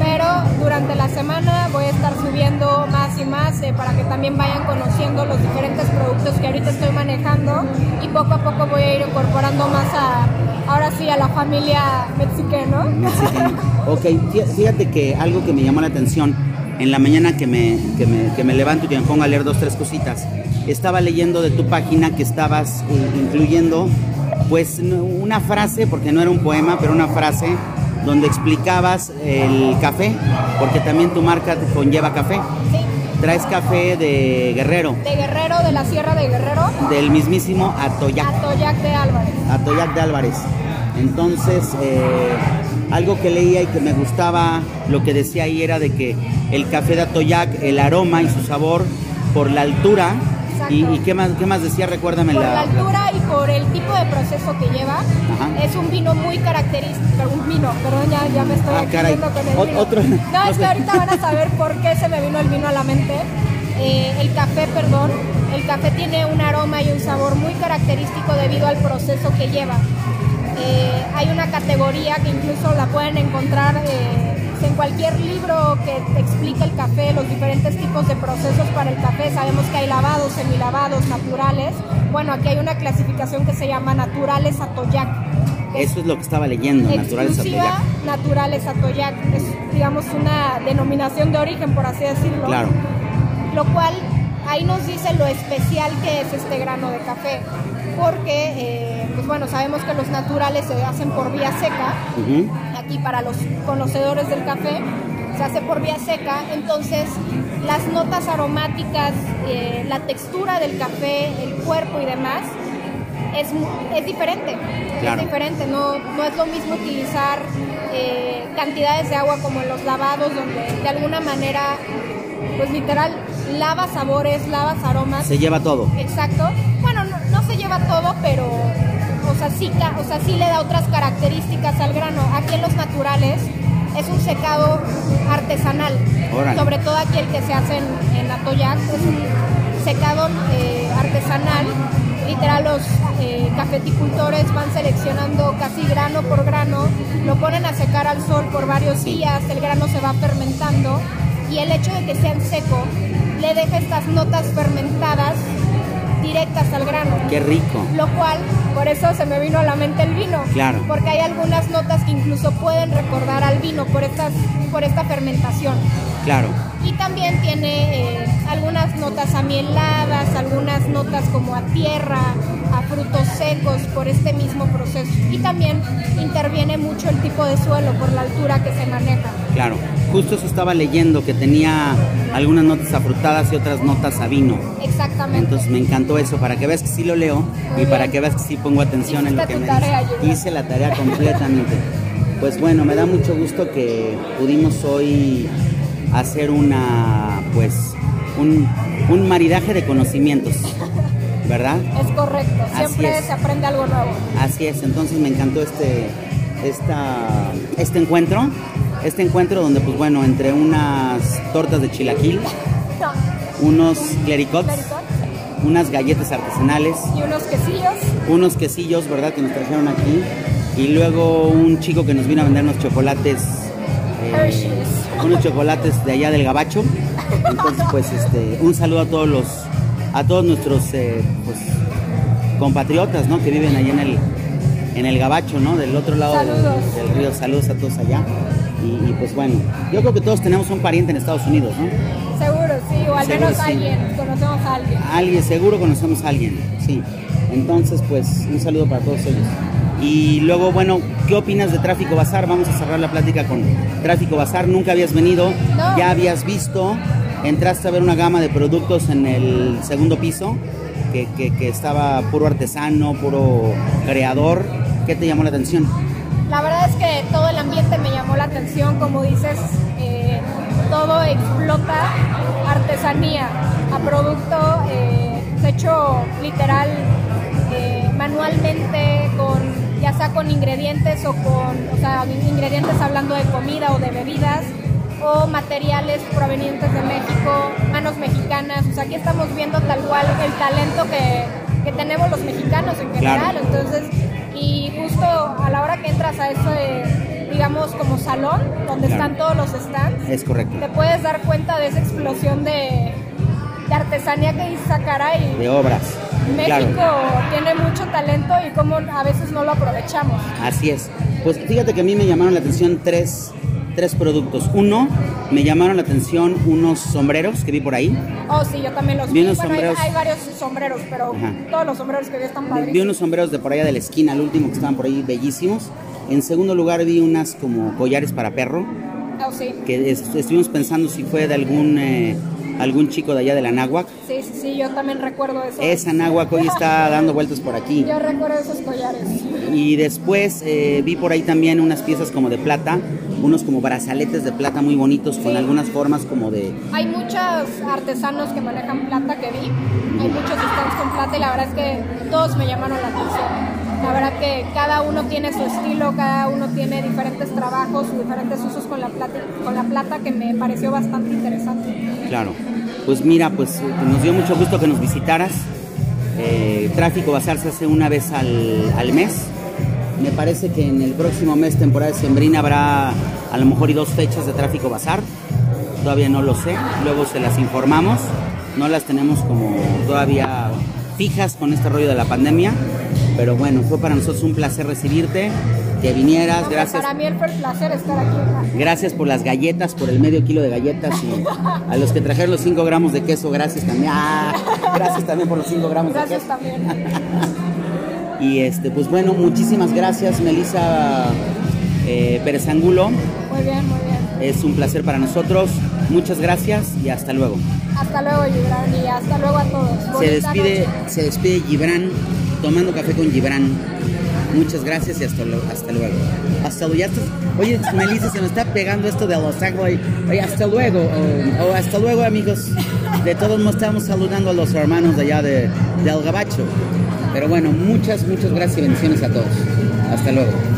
pero durante la semana voy a estar subiendo más y más eh, para que también vayan conociendo los diferentes productos que ahorita estoy manejando y poco a poco voy a ir incorporando más a, ahora sí, a la familia mexicana. Mexicano. Ok, fí- fíjate que algo que me llamó la atención en la mañana que me, que me, que me levanto y que me pongo a leer dos, tres cositas, estaba leyendo de tu página que estabas eh, incluyendo pues no- una frase, porque no era un poema, pero una frase donde explicabas el café, porque también tu marca conlleva café. [laughs] Sí, Traes café de Guerrero, de Guerrero, de la Sierra de Guerrero. del mismísimo Atoyac. Atoyac de Álvarez. Atoyac de Álvarez. Entonces, eh, algo que leía y que me gustaba, lo que decía ahí era de que el café de Atoyac, el aroma y su sabor, por la altura, y, Exacto. y qué, más, qué más decía, recuérdame Por la... la altura y por el tipo de proceso que lleva, Ajá. es un vino muy característico. Un vino, perdón, ya, ya me estoy Ah, aquí caray. yendo con el Ot- vino. otro- No, es que ahorita van a saber por qué se me vino el vino a la mente. Eh, el café, perdón, el café tiene un aroma y un sabor muy característico debido al proceso que lleva. Eh, hay una categoría que incluso la pueden encontrar eh, en cualquier libro que te explique el café, los diferentes tipos de procesos para el café. Sabemos que hay lavados, semilavados, naturales. Bueno, aquí hay una clasificación que se llama naturales Atoyac. que es Eso es lo que estaba leyendo, Naturales exclusiva Atoyac. Naturales Atoyac. Es, digamos, una denominación de origen, por así decirlo. Claro. Lo cual ahí nos dice lo especial que es este grano de café. Porque, eh, pues bueno, sabemos que los naturales se hacen por vía seca. Ujú. Aquí para los conocedores del café se hace por vía seca. Entonces, las notas aromáticas, eh, la textura del café, el cuerpo y demás, es, mu- es diferente. Claro. Es diferente, no, no es lo mismo utilizar eh, cantidades de agua como en los lavados, donde de alguna manera, pues literal, lavas sabores, lavas aromas. Se lleva todo. Exacto. Bueno, no, no se lleva todo, pero, o o sea, sí, ca- o sea, sí le da otras características al grano. Aquí en los naturales es un secado artesanal, Órale. sobre todo aquí el que se hace en, en Atoyac, es un secado eh, artesanal. Literal, los eh, cafeticultores van seleccionando casi grano por grano, lo ponen a secar al sol por varios días, el grano se va fermentando y el hecho de que sean seco le deja estas notas fermentadas directas al grano Qué rico. lo cual por eso se me vino a la mente el vino. Claro. Porque hay algunas notas que incluso pueden recordar al vino por estas, por esta fermentación. Claro. Y también tiene eh, algunas notas amieladas, algunas notas como a tierra, a frutos secos por este mismo proceso. Y también interviene mucho el tipo de suelo por la altura que se maneja. Claro, justo eso estaba leyendo, que tenía algunas notas afrutadas y otras notas a vino. Exactamente. Entonces me encantó eso, para que veas que sí lo leo y bien. para que veas que sí pongo atención en lo Hiciste que tu me tarea, dice. Yolanda. Hice la tarea completamente. Pues bueno, me da mucho gusto que pudimos hoy hacer una, pues, un, un maridaje de conocimientos, ¿verdad? es correcto. Así Siempre es. se aprende algo nuevo. Así es, entonces me encantó este, esta, este encuentro. Este encuentro donde, pues bueno, entre unas tortas de chilaquil, No, unos clericots, clarito. unas galletas artesanales, Y unos quesillos. unos quesillos, ¿verdad?, que nos trajeron aquí. Y luego un chico que nos vino a vender unos chocolates. eh, Hershey's. unos chocolates de allá del Gabacho. Entonces, pues este, un saludo a todos los, a todos nuestros eh, pues, compatriotas, ¿no? Que viven allá en el, en el Gabacho, ¿no? Del otro lado del, Saludos. del río. Saludos a todos allá. Y, y, pues bueno, yo creo que todos tenemos un pariente en Estados Unidos, ¿no? Seguro, sí, o al Seguro, menos sí. alguien, conocemos a alguien. Alguien, seguro conocemos a alguien, sí. Entonces, pues un saludo para todos ellos. Y luego, bueno, ¿qué opinas de Tráfico Bazar? Vamos a cerrar la plática con Tráfico Bazar. Nunca habías venido, No. ya habías visto, entraste a ver una gama de productos en el segundo piso, que, que- que estaba puro artesano, puro creador. ¿Qué te llamó la atención? La verdad es que todo el ambiente me llamó la atención, como dices, eh, todo explota artesanía a producto eh, hecho literal eh, manualmente, con, ya sea con ingredientes o con, o sea, ingredientes hablando de comida o de bebidas, o materiales provenientes de México, manos mexicanas, o sea, aquí estamos viendo tal cual el talento que, que tenemos los mexicanos en Claro. general, entonces, y justo a la hora que entras a este, digamos, como salón, donde Claro. están todos los stands, Es correcto. te puedes dar cuenta de esa explosión de, de artesanía que dices, "Ah, caray, De obras. México Claro. tiene mucho talento y cómo a veces no lo aprovechamos. Así es. Pues fíjate que a mí me llamaron la atención tres, tres productos. Uno, me llamaron la atención unos sombreros que vi por ahí. Oh, sí, yo también los Vi unos Bueno, hay- sombreros. hay, varios sombreros, pero Ajá. todos los sombreros que vi están Vi- padrísimos. Vi unos sombreros de por allá de la esquina, el último que estaban por ahí, bellísimos. En segundo lugar vi unas como collares para perro, Oh, sí. que es- estuvimos pensando si fue de algún, eh, algún chico de allá de la náhuac. Sí, sí, sí, yo también recuerdo eso. Esa náhuac hoy está dando vueltas por aquí. Yo recuerdo esos collares. Y después eh, vi por ahí también unas piezas como de plata, unos como brazaletes de plata muy bonitos con Sí. algunas formas como de, Hay muchos artesanos que manejan plata que vi. Hay muchos stands con plata y la verdad es que todos me llamaron la atención. La verdad que cada uno tiene su estilo, cada uno tiene diferentes trabajos, diferentes usos con la plata, con la plata que me pareció bastante interesante. Claro. Pues mira, pues eh, nos dio mucho gusto que nos visitaras. Eh, Tráfico Bazar se hace una vez al, al mes. Me parece que en el próximo mes, temporada de Sembrina, habrá a lo mejor y dos fechas de Tráfico Bazar. Todavía no lo sé. Luego se las informamos. No las tenemos como todavía fijas con este rollo de la pandemia. Pero bueno, fue para nosotros un placer recibirte, que vinieras. Hombre, Gracias. Para mí el placer estar aquí. Gracias por las galletas, por el medio kilo de galletas y a los que trajeron los 5 gramos de queso, gracias también. Ah, gracias también por los 5 gramos de Gracias queso. también. Y este, pues bueno, muchísimas gracias, Melissa eh, Pérez Angulo. Muy bien, muy bien. Es un placer para nosotros. Muchas gracias y hasta luego. Hasta luego, Gibran, y hasta luego a todos. Se Bonita despide, noche. se despide Gibran, tomando café con Gibran. Muchas gracias y hasta, lo- hasta luego. Hasta hasta luego. Ya estás- oye, Melissa, se nos está pegando esto de los ángulos. Oye, hasta luego. O, o hasta luego, amigos. De todos modos, estamos saludando a los hermanos de allá de, de Algabacho. Pero bueno, muchas, muchas gracias y bendiciones a todos. Hasta luego.